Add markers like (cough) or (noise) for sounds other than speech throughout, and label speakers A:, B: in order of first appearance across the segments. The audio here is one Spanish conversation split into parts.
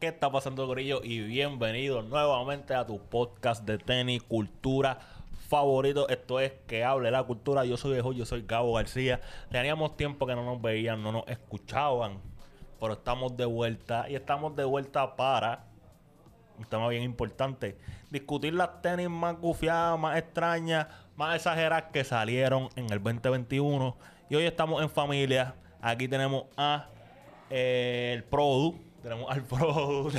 A: ¿Qué está pasando, Corillo? Y bienvenidos nuevamente a tu podcast de tenis, cultura favorito. Esto es Que Hable la Cultura. Yo soy Ejo, yo soy Gabo García. Teníamos tiempo que no nos veían, no nos escuchaban, pero estamos de vuelta y estamos de vuelta para un tema bien importante. Discutir las tenis más gufiadas, más extrañas, más exageradas que salieron en el 2021. Y hoy estamos en familia. Aquí tenemos a eh, el Produ. Tenemos al (laughs) Produ.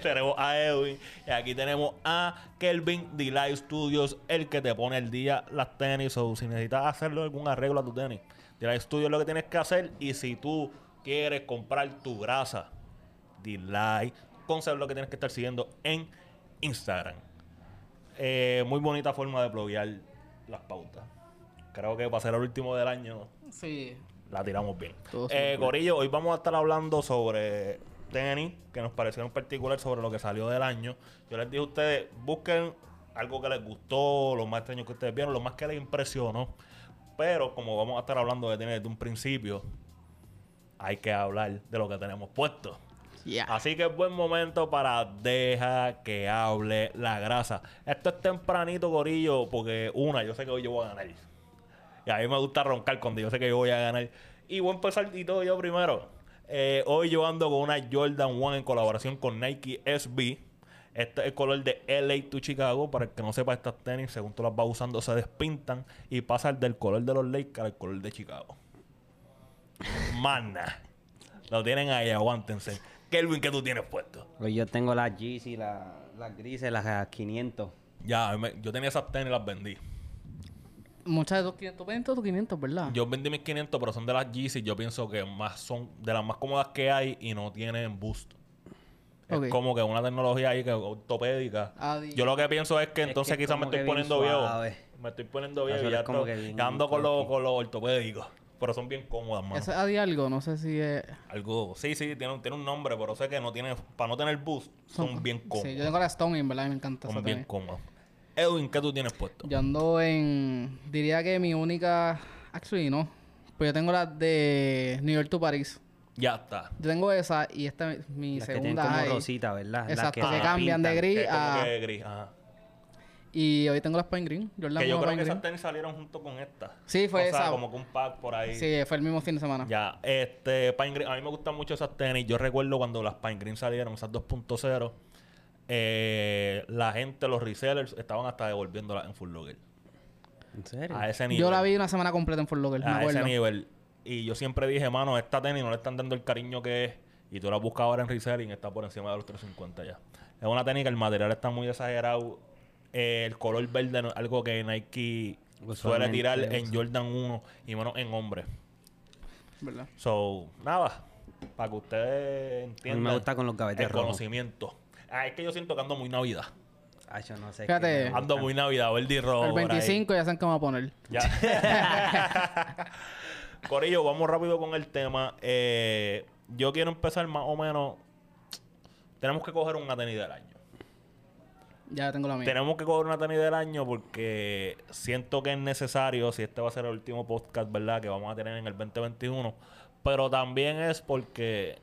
A: tenemos a Edwin. Y aquí tenemos a Kelvin de Live Studios, el que te pone el día las tenis. O si necesitas hacerle algún arreglo a tu tenis. De Live Studios es lo que tienes que hacer. Y si tú quieres comprar tu grasa, D-Live Concept lo que tienes que estar siguiendo en Instagram. Eh, muy bonita forma de bloguear las pautas. Creo que para ser el último del año
B: Sí.
A: la tiramos bien.
B: Todo
A: Eh,
B: simple.
A: Corillo, hoy vamos a estar hablando sobre tenis, que nos pareció en particular sobre lo que salió del año. Yo les dije a ustedes, busquen algo que les gustó, lo más extraño que ustedes vieron, lo más que les impresionó. Pero como vamos a estar hablando de tenis desde un principio, hay que hablar de lo que tenemos puesto.
B: Ya.
A: Así que es buen momento para deja que hable la grasa. Esto es tempranito, gorillo, porque una, yo sé que hoy yo voy a ganar. Y a mí me gusta roncar cuando yo sé que yo voy a ganar. Y voy a empezar y todo yo primero. Eh, hoy yo ando con una Jordan 1 en colaboración con Nike SB. Este es el color de LA to Chicago. Para el que no sepa, estas tenis, según tú las vas usando, se despintan y pasan del color de los Lakers al color de Chicago. Mana. Lo tienen ahí, aguántense. Kelvin, ¿qué tú tienes puesto?
C: Pues yo tengo las Yeezy, la- las grises, las a 500.
A: Ya, a mí me- yo tenía esas tenis y las vendí.
B: Muchas de tus 500, 20 tus 500, ¿verdad?
C: Ah.
A: Yo vendí mis 500, pero son de las Yeezy. Yo pienso que más son de las más cómodas que hay y no tienen boost.
B: Ok.
A: Es como que una tecnología ahí que ortopédica.
B: Adi.
A: Yo lo que pienso es que
C: Ah, Es
A: entonces
C: que es
A: quizás me
C: como que
A: estoy
C: bien
A: poniendo viejo.
C: suave.
A: Me estoy poniendo viejo
C: Eso
A: y
C: es
A: ya,
C: como
A: esto-
C: que bien
A: ya ando con los,
C: funky.
A: con los ortopédicos. Pero son bien cómodas, mano.
B: Eso es Adi algo, no sé si es...
A: Algo. Sí, sí, tiene, un- tiene un nombre, pero sé que no tiene. Para no tener boost, son, bien cómodas.
B: Sí, yo tengo la Stone, en verdad, y me encanta
A: son
B: esa
A: bien
B: también.
A: cómodas. Edwin, ¿qué tú tienes puesto?
B: Yo ando en... Diría que mi única... Actually, no. Pues yo tengo las de New York to París.
A: Ya está.
B: Yo tengo esa y esta es mi
C: las que tienen
B: segunda
C: como
B: high.
C: rosita, ¿verdad? Las
B: Exacto,
C: que
B: que
C: se
B: cambian de
C: pintan.
B: gris
A: Que es como
B: a...
A: que gris, ajá.
B: Y hoy tengo las Pine Green. Jordan
A: Que yo creo
B: Puma
A: que
B: Pine
A: esas
B: Green.
A: tenis salieron junto con estas.
B: ¿eh? Sí, fue
A: o sea,
B: esa.
A: como que un pack por ahí.
B: Sí, fue el mismo fin de semana.
A: Ya, este, Pine Green, a mí me gustan mucho esas tenis. Yo recuerdo cuando las Pine Green salieron, esas 2.0, eh, la gente, los resellers, estaban hasta devolviéndolas en Full Locker.
C: ¿En serio?
B: Ah,
A: A ese nivel.
B: Yo la vi una semana completa en Fort Locker, me
A: A Ah, ese
B: acuerdo.
A: nivel. Y yo siempre dije, mano, esta tenis no le están dando el cariño que es. Y tú la buscas ahora en reselling, está por encima de los 350 ya. Es una técnica, el material está muy exagerado. Eh, el color verde no es algo que Nike suele
C: Usualmente
A: tirar
C: usa.
A: en Jordan 1 y menos en hombres.
B: ¿Verdad?
A: So, nada. Para que ustedes
C: A mí
A: entiendan
C: me gusta con los gavetes
A: el
C: rojos.
A: conocimiento. Ah, es que yo siento que ando muy Navidad.
C: Ah, yo no sé.
B: Fíjate.
C: qué me
A: Ando
C: gustan.
A: muy Navidad, verde y rojo.
B: el
A: por ahí.
B: 25 ya saben qué me voy a poner.
A: Ya. (laughs) Corillo, vamos rápido con el tema. Eh, yo quiero empezar más o menos. Tenemos que coger una tenis del año.
B: Ya tengo la mía.
A: Tenemos que coger una tenis del año porque siento que es necesario, si este va a ser el último podcast, ¿verdad? Que vamos a tener en el 2021. Pero también es porque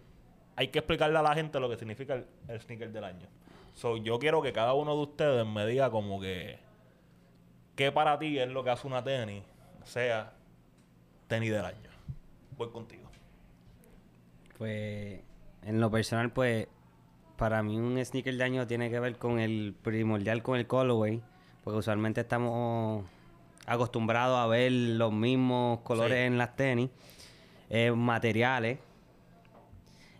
A: hay que explicarle a la gente lo que significa el, el sneaker del año. So, yo quiero que cada uno de ustedes me diga como que... ¿Qué para ti es lo que hace una tenis? Sea tenis del año. Voy contigo.
C: Pues, en lo personal, pues, para mí un sneaker de año tiene que ver con el primordial, con el colorway, porque usualmente estamos acostumbrados a ver los mismos colores
A: Sí.
C: en las tenis, eh, materiales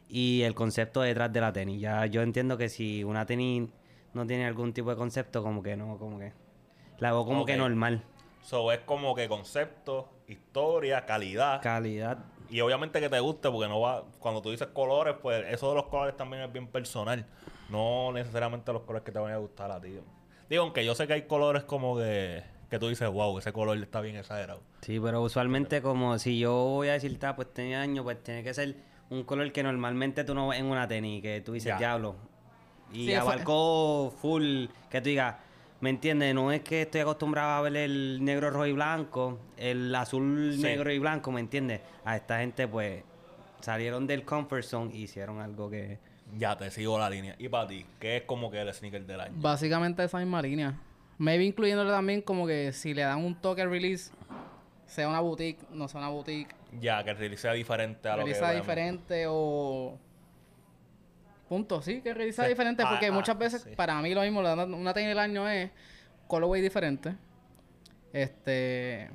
C: y el concepto detrás de la tenis. Ya yo entiendo que si una tenis no tiene algún tipo de concepto, como que no, como que la hago como
A: Ok.
C: que normal.
A: So, es como que concepto, historia, calidad.
C: Calidad.
A: Y obviamente que te guste, porque no va. Cuando tú dices colores, pues eso de los colores también es bien personal. No necesariamente los colores que te van a gustar a ti. Digo, aunque yo sé que hay colores como que. Que tú dices, wow, ese color está bien exagerado.
C: Sí, pero usualmente como si yo voy a decir, "Ta, pues tiene año, pues tiene que ser un color que normalmente tú no ves en una tenis, que tú dices,
A: Ya.
C: diablo. Y
B: Sí, fue-
C: abarcó full, que tú digas, ¿me entiendes? No es que estoy acostumbrado a ver el negro, rojo y blanco, el azul,
A: Sí.
C: negro y blanco, ¿me entiendes? A esta gente pues salieron del comfort zone y hicieron algo que...
A: Ya te sigo la línea. Y para ti, ¿qué es como que el sneaker del año?
B: Básicamente esa misma línea. Maybe incluyéndole también como que si le dan un toque al release, sea una boutique, no sea una boutique,
A: Ya, que el release sea diferente a lo que.
B: realiza
A: vemos.
B: diferente o... Punto, sí, que realiza diferente
A: Ah,
B: porque
A: ah,
B: muchas veces
A: sí.
B: para mí lo mismo, la- una tenis del año es colorway diferente, este...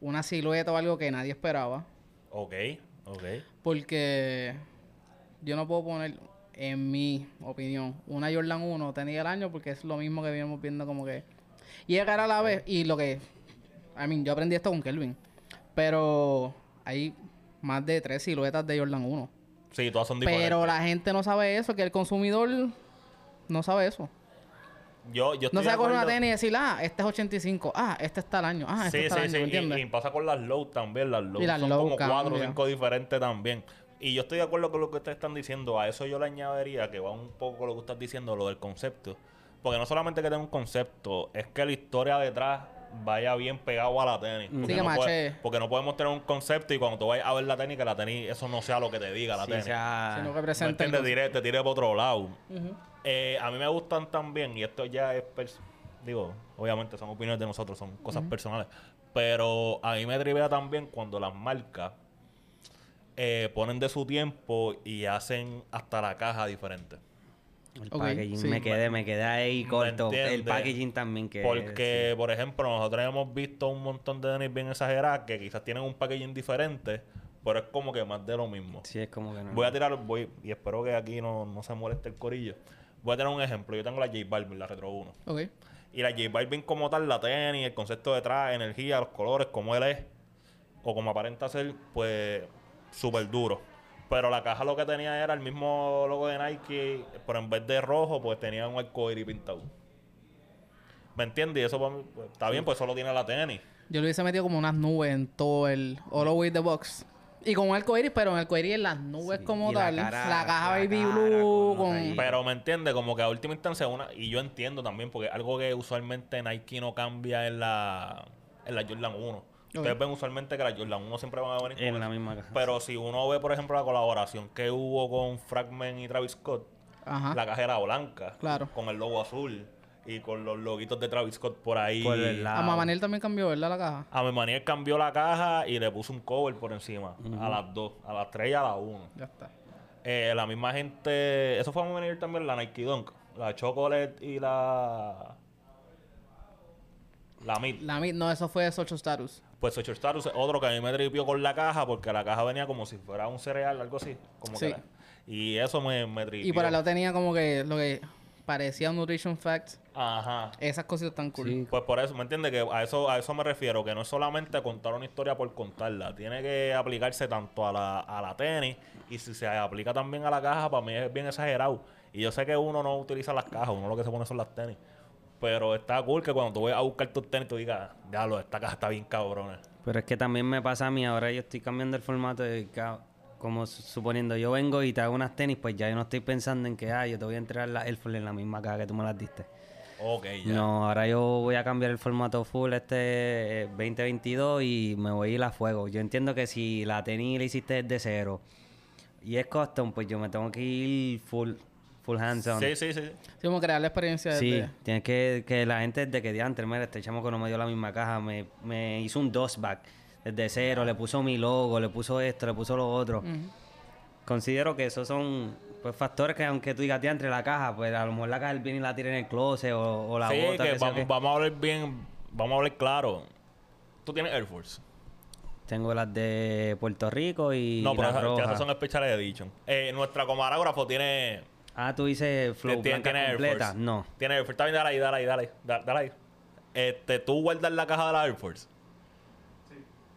B: Una silueta o algo que nadie esperaba.
A: Ok, ok.
B: Porque yo no puedo poner, en mi opinión, una Jordan 1 tenía el año porque es lo mismo que veníamos viendo como que... Llegar a la vez y lo que... I mean, yo aprendí esto con Kelvin. Pero hay más de tres siluetas de Jordan 1.
A: Sí, todas son diferentes.
B: Pero la gente no sabe eso, que el consumidor no sabe eso.
A: Yo, yo
B: No
A: estoy
B: se
A: de
B: con una
A: acuerdo-
B: tenis y decir, ah, este es 85, ah, este está el año, ah, este
A: sí,
B: está el
A: sí,
B: año,
A: sí.
B: ¿me
A: Y,
B: entiendes?
A: y pasa con las low también. Las low
B: Y las
A: son
B: low
A: como cuatro o
B: cambia.
A: cinco diferentes también. Y yo estoy de acuerdo con lo que ustedes están diciendo. A eso yo le añadiría que va un poco lo que estás diciendo, lo del concepto. Porque no solamente que tenga un concepto, es que la historia detrás vaya bien pegado a la tenis. Porque,
B: Mm. Sí, que
A: no, puede-
B: mache.
A: porque no podemos tener un concepto y cuando tú vayas a ver la tenis, que la tenis, eso no sea lo que te diga la
C: Sí, o
A: tenis.
C: sea,
B: Si no
A: ¿Me
B: representa el
A: entiendes?
B: concepto.
A: Tire- te tiré por otro lado. Eh, a mí me gustan también, y esto ya es. pers- Digo, obviamente son opiniones de nosotros, son cosas personales. Pero a mí me trivea también cuando las marcas eh, ponen de su tiempo y hacen hasta la caja diferente.
C: el
B: Ok,
C: packaging.
B: sí.
C: Me quedé, me quedé ahí corto. El
A: entiendes?
C: packaging también que...
A: Porque, por ejemplo, nosotros hemos visto un montón de tenis bien exageradas que quizás tienen un packaging diferente, pero es como que más de lo mismo.
C: Sí, es como que no.
A: Voy a tirar, voy, y espero que aquí no, no se moleste el corillo. Voy a tirar un ejemplo. Yo tengo la J Balvin, la Retro 1.
B: Ok.
A: Y la J Balvin como tal, la tenis, el concepto detrás, energía, los colores, como él es, o como aparenta ser, pues súper duro. Pero la caja lo que tenía era el mismo logo de Nike, pero en vez de rojo, pues tenía un arcoíris pintado. ¿Me entiendes? Y eso para mí, pues, está bien, pues solo tiene la tenis.
B: Yo le hubiese metido como unas nubes en todo el All Over the Box. Y con un arcoíris, pero en arcoíris en las nubes
C: Sí,
B: como
C: y la
B: tal.
C: cara-
B: la caja
C: la
B: baby
C: cara
B: blue con... pues,
C: con los rayitos.
A: Pero me entiende, como que a última instancia una, y yo entiendo también, porque algo que usualmente Nike no cambia en la, en la Jordan 1. Ustedes
B: Ok.
A: ven usualmente que la Jordan 1 siempre van a venir
C: En
A: con
C: la
A: eso.
C: misma caja.
A: Pero si uno ve, por ejemplo, la colaboración que hubo con Fragment y Travis Scott,
B: Ajá.
A: la caja era blanca,
B: Ah. Claro.
A: con el logo azul y con los loguitos de Travis Scott por ahí.
C: Por el lado.
B: A Mamanel también cambió, ¿verdad? La caja.
A: A mi manía cambió la caja y le puso un cover por encima, a las dos, a las tres y a las uno.
B: Ya está.
A: Eh, la misma gente. Eso fue a venir también la Nike Dunk. La Chocolate y la. La Mid.
B: La mi- No, eso fue Social Status.
A: Pues Social Status es otro que a mí me tripió con la caja porque la caja venía como si fuera un cereal, algo así. Como
B: Sí.
A: que la- Y eso me, me tripió.
B: Y para la tenía como que lo que parecía un Nutrition Facts.
A: Ajá.
B: Esas cositas tan cool.
C: Sí.
A: Pues por eso, ¿me entiendes? Que a eso, a eso me refiero, que no es solamente contar una historia por contarla, tiene que aplicarse tanto a la, a la tenis y si se aplica también a la caja, para mí es bien exagerado. Y yo sé que uno no utiliza las cajas, uno lo que se pone son las tenis. Pero está cool que cuando tú vayas a buscar tus tenis, tú digas, ya lo, esta caja está bien cabrona.
C: Pero es que también me pasa a mí, ahora yo estoy cambiando el formato de ca- como su- suponiendo yo vengo y te hago unas tenis, pues ya yo no estoy pensando en que ah, yo te voy a entregar la Air Force en la misma caja que tú me las diste.
A: Ok, ya.
C: No, ahora yo voy a cambiar el formato full este eh, 2022 y me voy a ir a fuego. Yo entiendo que si la tenis la hiciste desde cero y es custom, pues yo me tengo que ir full full hands on.
A: Sí, sí, sí.
B: Sí, como crear la experiencia de...
C: Sí, tienes que, que la gente desde que diantre, mira, este chamaco no me dio la misma caja, me, me hizo un dos back desde cero, le puso mi logo, le puso esto, le puso lo otro. Considero que esos son pues factores que aunque tú digas diantre la caja, pues a lo mejor la caja él viene y la tira en el closet o, o la
A: Sí,
C: bota,
A: que
C: que sea
A: vamos,
C: que-
A: vamos a hablar bien, vamos a hablar claro. Tú tienes Air Force.
C: Tengo las de Puerto Rico y
A: no, pero
C: las
A: esas- que
C: rojas.
A: esas son Special Edition. Eh, nuestra camarógrafo tiene.
C: Ah, tú dices flow
A: Tien-
C: blanca
A: Eh, Air
C: completa.
A: Force.
C: No.
A: Tiene Air Force. Está bien, dale ahí, dale ahí, dale ahí. da- dale ahí. Este, tú guardas la caja de la Air Force.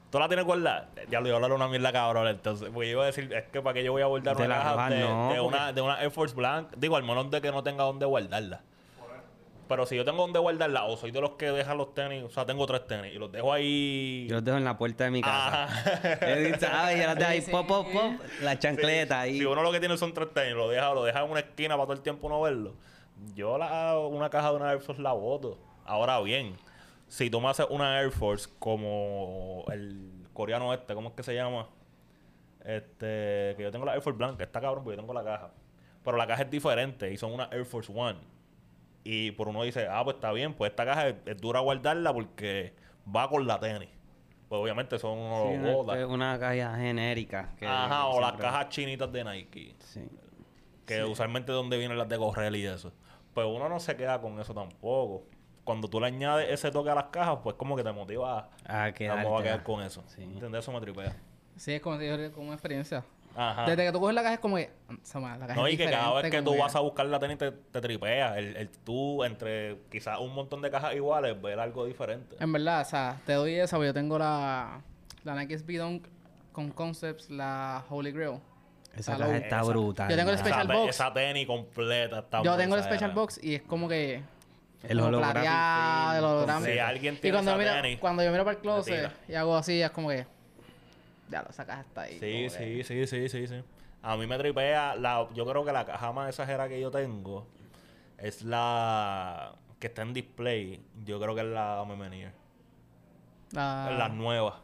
A: ¿Tú la tienes guardada? Ya lo iba a hablar una mierda cabrón, entonces. Porque yo iba a decir, es que para qué yo voy a guardar
C: De
A: una
C: la
A: caja
C: roja,
A: de,
C: no,
A: de una,
C: porque-
A: de una Air Force Blanc. Digo, al menos de que no tenga dónde guardarla. Pero si yo tengo dónde guardarla, o soy de los que dejan los tenis, o sea, tengo tres tenis y los dejo ahí.
C: Yo los dejo en la puerta de mi casa.
A: Ah.
C: Él dice, ah, y ahora te ahí, pop, pop, pop, la chancleta ahí.
A: Si uno lo que tiene son tres tenis, lo deja, lo deja en una esquina para todo el tiempo no verlo. Yo la, una caja de una Air Force la boto. Ahora bien, si tú me haces una Air Force como el coreano este, ¿cómo es que se llama? Este, que yo tengo la Air Force blanca, está cabrón, porque yo tengo la caja. Pero la caja es diferente y son una Air Force One. Y por uno dice, ah, pues está bien, pues esta caja es, es dura guardarla porque va con la tenis. Pues obviamente son uno
C: Sí,
A: los
C: una,
A: botas.
C: que- una caja genérica. que
A: Ajá, o las
C: siempre-
A: cajas chinitas de Nike.
C: Sí.
A: Que usualmente es donde vienen las de Correl y eso. Pues uno no se queda con eso tampoco. Cuando tú le añades ese toque a las cajas, pues como que te motiva
C: A
A: a... Vamos a
C: quedártela.
A: quedar con eso.
C: Sí.
A: ¿Entendés? Eso me tripea.
B: Sí, es como, te digo, como una experiencia.
A: Ajá.
B: Desde que tú coges la caja es como que. "Mm, Sama, la caja
A: No,
B: es
A: y que cada vez
B: diferente",
A: que
B: como
A: tú vas a buscar la tenis te, te tripea. El, el tú, entre quizás un montón de cajas iguales, ver algo diferente.
B: En verdad, o sea, te doy esa, porque yo tengo la. La Nike SB Dunk con Concepts, la Holy Grail.
C: Esa
B: Hello.
C: caja está
A: Esa-
C: brutal.
B: Yo tengo el
C: ya.
B: Special
A: esa, te-
B: Box.
A: esa tenis completa está
B: Yo tengo el
A: esa era.
B: Special Box y es como que.
C: El
B: como
C: holographic
B: plateada, el
C: film
B: holograma.
A: Si alguien
B: Y
A: tiene
B: cuando,
A: esa
B: miro-
A: tenis,
B: cuando yo miro para el closet
A: tira.
B: y hago así, ya es como que. Ya lo sacas hasta ahí.
A: Sí,
B: como
A: sí,
B: que-
A: sí, sí, sí, sí. A mí me tripea, la, yo creo que la caja más exagerada que yo tengo es la que está en display. Yo creo que es la Memenier.
B: La-
A: Las nuevas.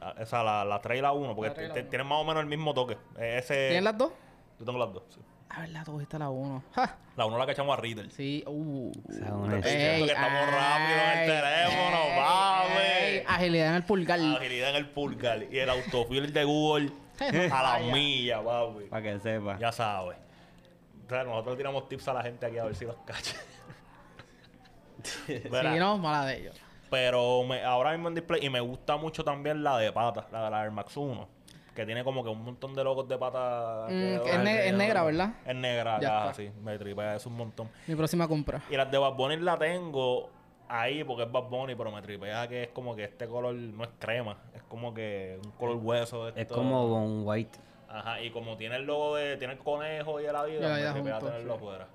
A: La- esa, la, la 3 y la 1, porque
B: Ah. La tres y la
A: te-
B: uno.
A: tienen más o menos el mismo toque. Eh, Ese,
B: ¿Tienen las dos?
A: Yo tengo las dos. sí.
B: A ver, la dos, esta la uno. ¡Ja!
A: La 1 la que echamos a Riddle.
B: Sí, uh.
C: Esa es una
A: Estoy diciendo que estamos rápidos en el teléfono, Ah,
B: vamos.
A: mami.
B: Agilidad en el pulgar.
A: Agilidad en el pulgar y el autofill de
B: (laughs)
A: Google a la
B: Vaya.
A: milla, papi.
C: Para que sepa.
A: Ya sabes. O sea, nosotros le tiramos tips a la gente aquí a ver si los cacha. Verá,
B: Sí, no, mala de ellos.
A: Pero me- ahora mismo en display. Y me gusta mucho también la de pata, la de la Air Max 1. Que tiene como que un montón de logos de pata. que
B: Mm,
A: dos
B: es, ne- es
A: alrededor.
B: negra, ¿verdad?
A: Es negra,
B: Ya
A: ya,
B: está.
A: sí. Me tripea eso un montón.
B: Mi próxima compra.
A: Y las de Bad Bunny la tengo ahí porque es Bad Bunny, pero me tripea que es como que este color no es crema. Es como que un color hueso. de
C: Es
A: esto.
C: como Bon White.
A: Ajá, y como tiene el logo de. Tiene el conejo y el
B: Y el
A: vida me
B: Adidas
A: tripea
B: junto,
A: tenerlo
B: sí.
A: afuera.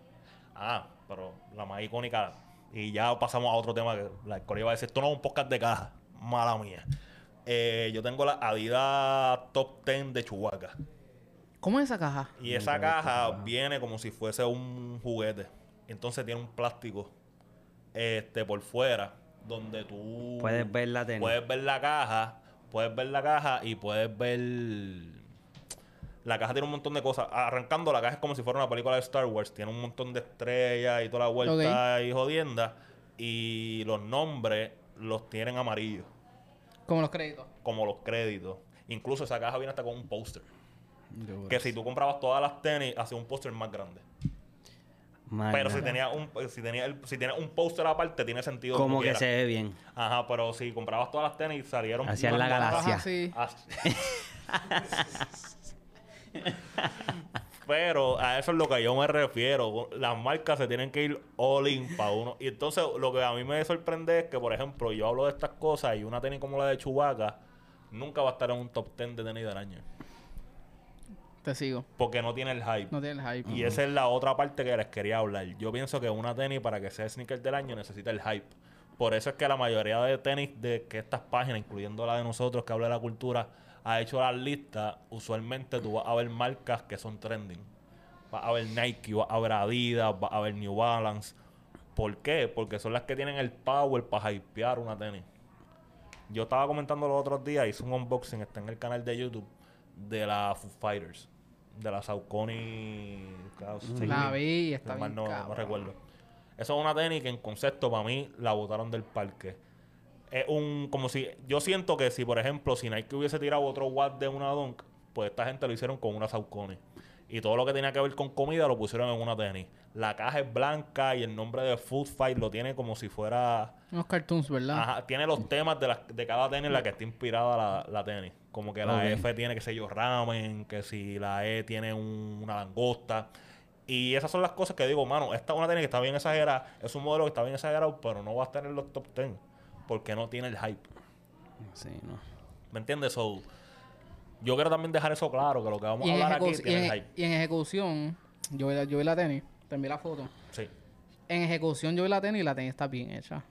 A: Ah, pero la más icónica. Y ya pasamos a otro tema que la escoria iba a decir: esto no es un podcast de caja. Mala mía. Eh, yo tengo la Adidas Top 10 de Chihuahua.
B: ¿Cómo es esa caja?
A: Y esa caja viene como si fuese un juguete. Entonces tiene un plástico este por fuera donde tú
C: Puedes ver la tenis.
A: puedes ver la caja, puedes ver la caja y puedes ver la caja tiene un montón de cosas. Arrancando la caja es como si fuera una película de Star Wars, tiene un montón de estrellas y toda la vuelta y jodienda y los nombres los tienen amarillos
B: Como los créditos.
A: como los créditos. Incluso esa caja viene hasta con un póster. Que
C: Pues.
A: si tú comprabas todas las tenis, hacía un póster más grande.
C: Madre
A: Pero si
C: mía.
A: tenía un pues, si tenía el- si tienes un póster aparte, tiene sentido.
C: Como que
A: quieras.
C: se ve bien.
A: Ajá, pero si comprabas todas las tenis, salieron.
C: Hacían la
A: unas cajas
C: galaxia.
B: Ajá, sí.
A: así. Ah,
C: (laughs)
A: Pero a eso es lo que yo me refiero. Las marcas se tienen que ir all in para uno. Y entonces lo que a mí me sorprende es que, por ejemplo, yo hablo de estas cosas y una tenis como la de Chewbacca nunca va a estar en un top 10 de tenis del año.
B: Te sigo.
A: Porque no tiene el hype.
B: No tiene el hype.
A: Y esa es la otra parte que les quería hablar. Yo pienso que una tenis para que sea sneaker del año necesita el hype. Por eso es que la mayoría de tenis de que estas páginas, incluyendo la de nosotros que habla de la cultura, ha hecho las listas, usualmente tú vas a ver marcas que son trending. Vas a ver Nike, vas a ver Adidas, vas a ver New Balance. ¿Por qué? Porque son las que tienen el power para hypear una tenis. Yo estaba comentando los otros días, hice un unboxing, está en el canal de YouTube, de la Foo Fighters. De la Saucony...
B: La vi y está
A: Nomás
B: bien
A: no, no
B: cabrón.
A: recuerdo. Eso es una técnica en concepto, para mí, la botaron del parque. Es un... Como si... Yo siento que si, por ejemplo, si Nike hubiese tirado otro watt de una Dunk, pues esta gente lo hicieron con una Saucony. Y todo lo que tenía que ver con comida lo pusieron en una tenis. La caja es blanca y el nombre de Food Fight lo tiene como si fuera...
B: Unos cartoons, ¿verdad?
A: Ajá, tiene los temas de, las- de cada tenis en la que está inspirada la, la tenis. Como que la
C: Ok.
A: F tiene, que sé yo, ramen, que si la E tiene un- una langosta. Y esas son las cosas que digo, mano, esta es una tenis que está bien exagerada, es un modelo que está bien exagerado, pero no va a estar en los top 10 porque no tiene el hype.
C: Sí, no.
A: ¿Me entiendes? So, yo quiero también dejar eso claro, que lo que vamos
B: Y
A: a
B: en,
A: hablar aquí
B: ejecu- y,
A: tiene el
B: en,
A: hype.
B: y en ejecución, yo vi, la, yo vi la tenis, te envié la foto.
A: Sí.
B: En ejecución yo vi la tenis y la tenis está bien hecha.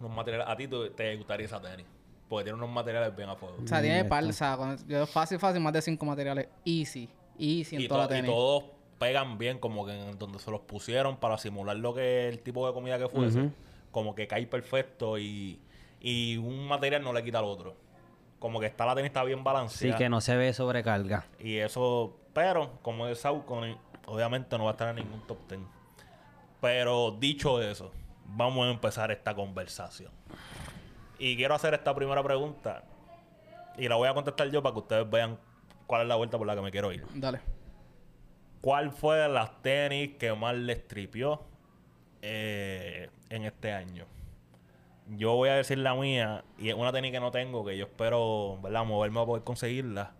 A: Los materiales, a ti te, te gustaría esa tenis, porque tiene unos materiales bien a fuego.
B: O sea,
C: Mm,
B: tiene
C: ya
B: par, o sea, con- yo fácil, fácil, más de cinco materiales. Easy, easy en
A: y,
B: toda la
A: to- y
B: tenis.
A: todos pegan bien, como que en donde se los pusieron para simular lo que el tipo de comida que fuese. Como que cae perfecto y, y un material no le quita al otro. como que está la tenis está bien
C: Sí,
A: balanceada.
C: que no se ve
A: (laughs)
C: sobrecarga.
A: Y eso, pero como es Saucony, obviamente no va a estar en ningún top 10. Pero dicho eso, vamos a empezar esta conversación. Y quiero hacer esta primera pregunta. Y la voy a contestar yo para que ustedes vean cuál es la vuelta por la que me quiero ir.
B: Dale.
A: ¿Cuál fue de las tenis que más les tripió eh, en este año? Yo voy a decir la mía, y es una tenis que no tengo, que yo espero, ¿verdad?, moverme para poder conseguirla.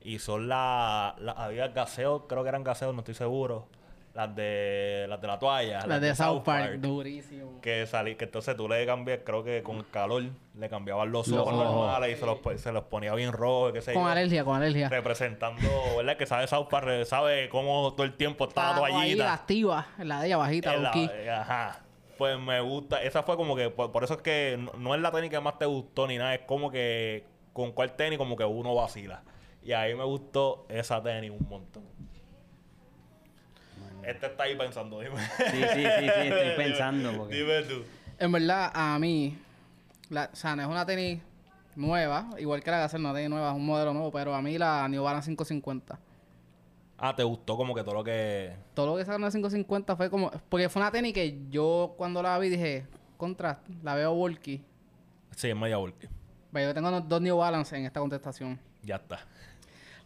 A: Y son las la, Adidas Gaseo, creo que eran Gaseo, no estoy seguro. Las de, las de la toalla.
B: La de South Park, durísimo.
A: Que, salí, que entonces tú le cambias, creo que con calor, le cambiaban los
C: Los
A: ojos
C: ojos.
A: normales y se los, se los ponía bien rojos, qué sé
B: Con
A: yo
B: alergia, con alergia.
A: representando, ¿verdad? Que sabe South Park, sabe cómo todo el tiempo está la
B: Estaba ahí, la
A: toallita.
B: activa, la de ella bajita,
A: En la-
B: low-key.
A: ajá. Pues me gusta. Esa fue como que, por, por eso es que no, no es la técnica que más te gustó ni nada. Es como que con cuál tenis como que uno vacila. Y ahí me gustó esa tenis un montón. Este está ahí pensando, dime.
C: Sí, sí, sí, sí, estoy pensando. Porque...
A: Dime tú.
B: En verdad, a mí, la, o sea, no es una tenis nueva, igual que la Gasel, no es una tenis nueva, es un modelo nuevo, pero a mí la New Balance 550.
A: Ah, te gustó como que todo lo que...
B: Todo lo que sacaron de 550 fue como. Porque fue una tenis que yo cuando la vi dije, contra, la veo bulky.
A: Sí, es media bulky.
B: Pero yo tengo no- dos New Balance en esta contestación.
A: Ya está.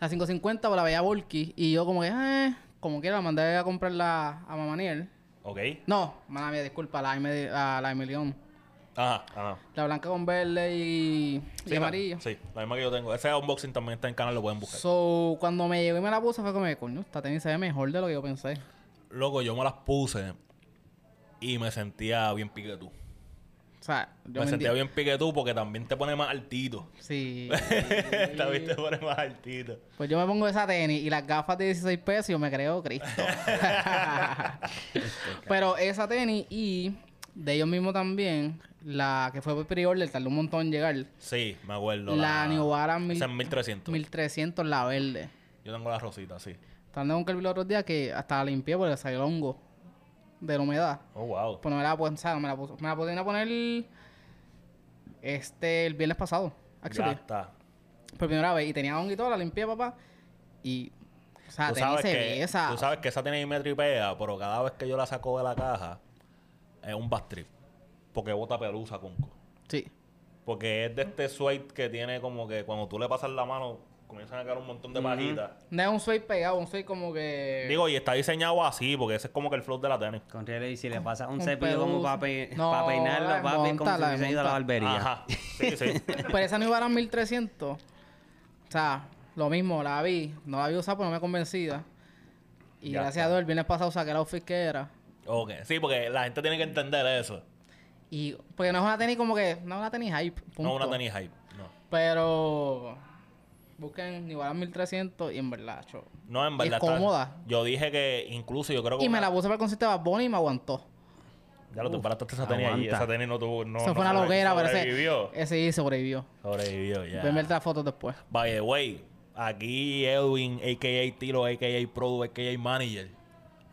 B: La 550 pues, la veía bulky y yo como que, eh, como quiera, la mandé a comprarla a Mamaniel.
A: ¿Ok?
B: No, mala mía, disculpa, la, M- la, la Emilion.
A: Ajá, ajá.
B: La blanca con verde y, y
A: Sí, la-
B: amarillo.
A: Sí, la misma que yo tengo. Ese unboxing también está en canal, lo pueden buscar.
B: So, cuando me llegó y me la puse fue como, que, coño, esta tenis se ve mejor de lo que yo pensé.
A: Loco, yo me las puse y me sentía bien piquetú.
B: O sea, yo
A: me
B: me
A: sentía
B: enti-
A: bien piquetú porque también te pone más altito.
B: Sí.
A: (laughs) también te pone más altito.
B: Pues yo me pongo esa tenis y las gafas de 16 pesos y yo me creo
A: (laughs)
B: Cristo. (laughs) Pero esa tenis y de ellos mismos también, la que fue por pre-order, tardó un montón en llegar.
A: Sí, me acuerdo.
B: la New Balance
A: Esa es
B: mil-
A: 1300.
B: 1300, la verde.
A: Yo tengo la rosita, sí.
B: Estando con Kelvin los otros días que hasta la limpié porque salió el hongo de la humedad.
A: Oh, wow.
B: Pues no me la puedo, o sea, no me la puso. Me la podían poner este el viernes pasado.
A: Ya
B: Actually,
A: está.
B: por primera vez. Y tenía hongo y todo, la limpié, papá. Y. O sea,
A: Tú
B: la tenis
A: sabes,
B: se
A: que,
B: ve esa.
A: tú sabes que esa tiene me tripea, pero cada vez que yo la saco de la caja es un bad trip. Porque bota pelusa, conco.
B: Sí.
A: Porque es de este suede que tiene como que cuando tú le pasas la mano comienzan a caer un montón de pajitas.
B: No es un suede pegado, un suede como que.
A: Digo, y está diseñado así, porque ese es como que el flow de la tenis.
C: Con Riley, y si le pasas un
B: con
C: cepillo como para
B: No, la
C: peinarlo, papi, es como
B: desmonta,
C: si
B: la
C: hubiese ido a la
B: desmonta.
C: barbería.
A: Ajá. Sí,
B: (laughs)
A: sí.
B: Pero esa New Balance 1300. O sea, lo mismo, la vi. No la vi usar porque no me convencida. Y
A: Ya
B: gracias a Dios, el viernes pasado saqué el outfit que era.
A: ok. Sí, porque la gente tiene que entender eso.
B: Y. Porque no es una tenis como que. No es una tenis hype. Punto.
A: No es una tenis hype. No.
B: Pero. Busquen New Balance 1300 y en verdad, cho.
A: No, en
B: Y
A: verdad.
B: es
A: está-
B: cómoda.
A: Yo dije que incluso yo creo que.
B: Y me
A: una-
B: la puse para el concierto de Bad Bunny y me aguantó.
A: Ya lo tú paraste esa tenis ahí.
C: aguanta.
A: Esa tenis no tuvo. No,
B: Se
A: no
B: fue una
A: sobre-
B: loquera, pero
A: Sobrevivió.
B: ese, ese sí sobrevivió.
A: Sobrevivió, ya.
B: Ven ver las fotos después.
A: By the way, aquí Edwin, a.k.a. Tilo, a.k.a. Produ, a.k.a. Manager,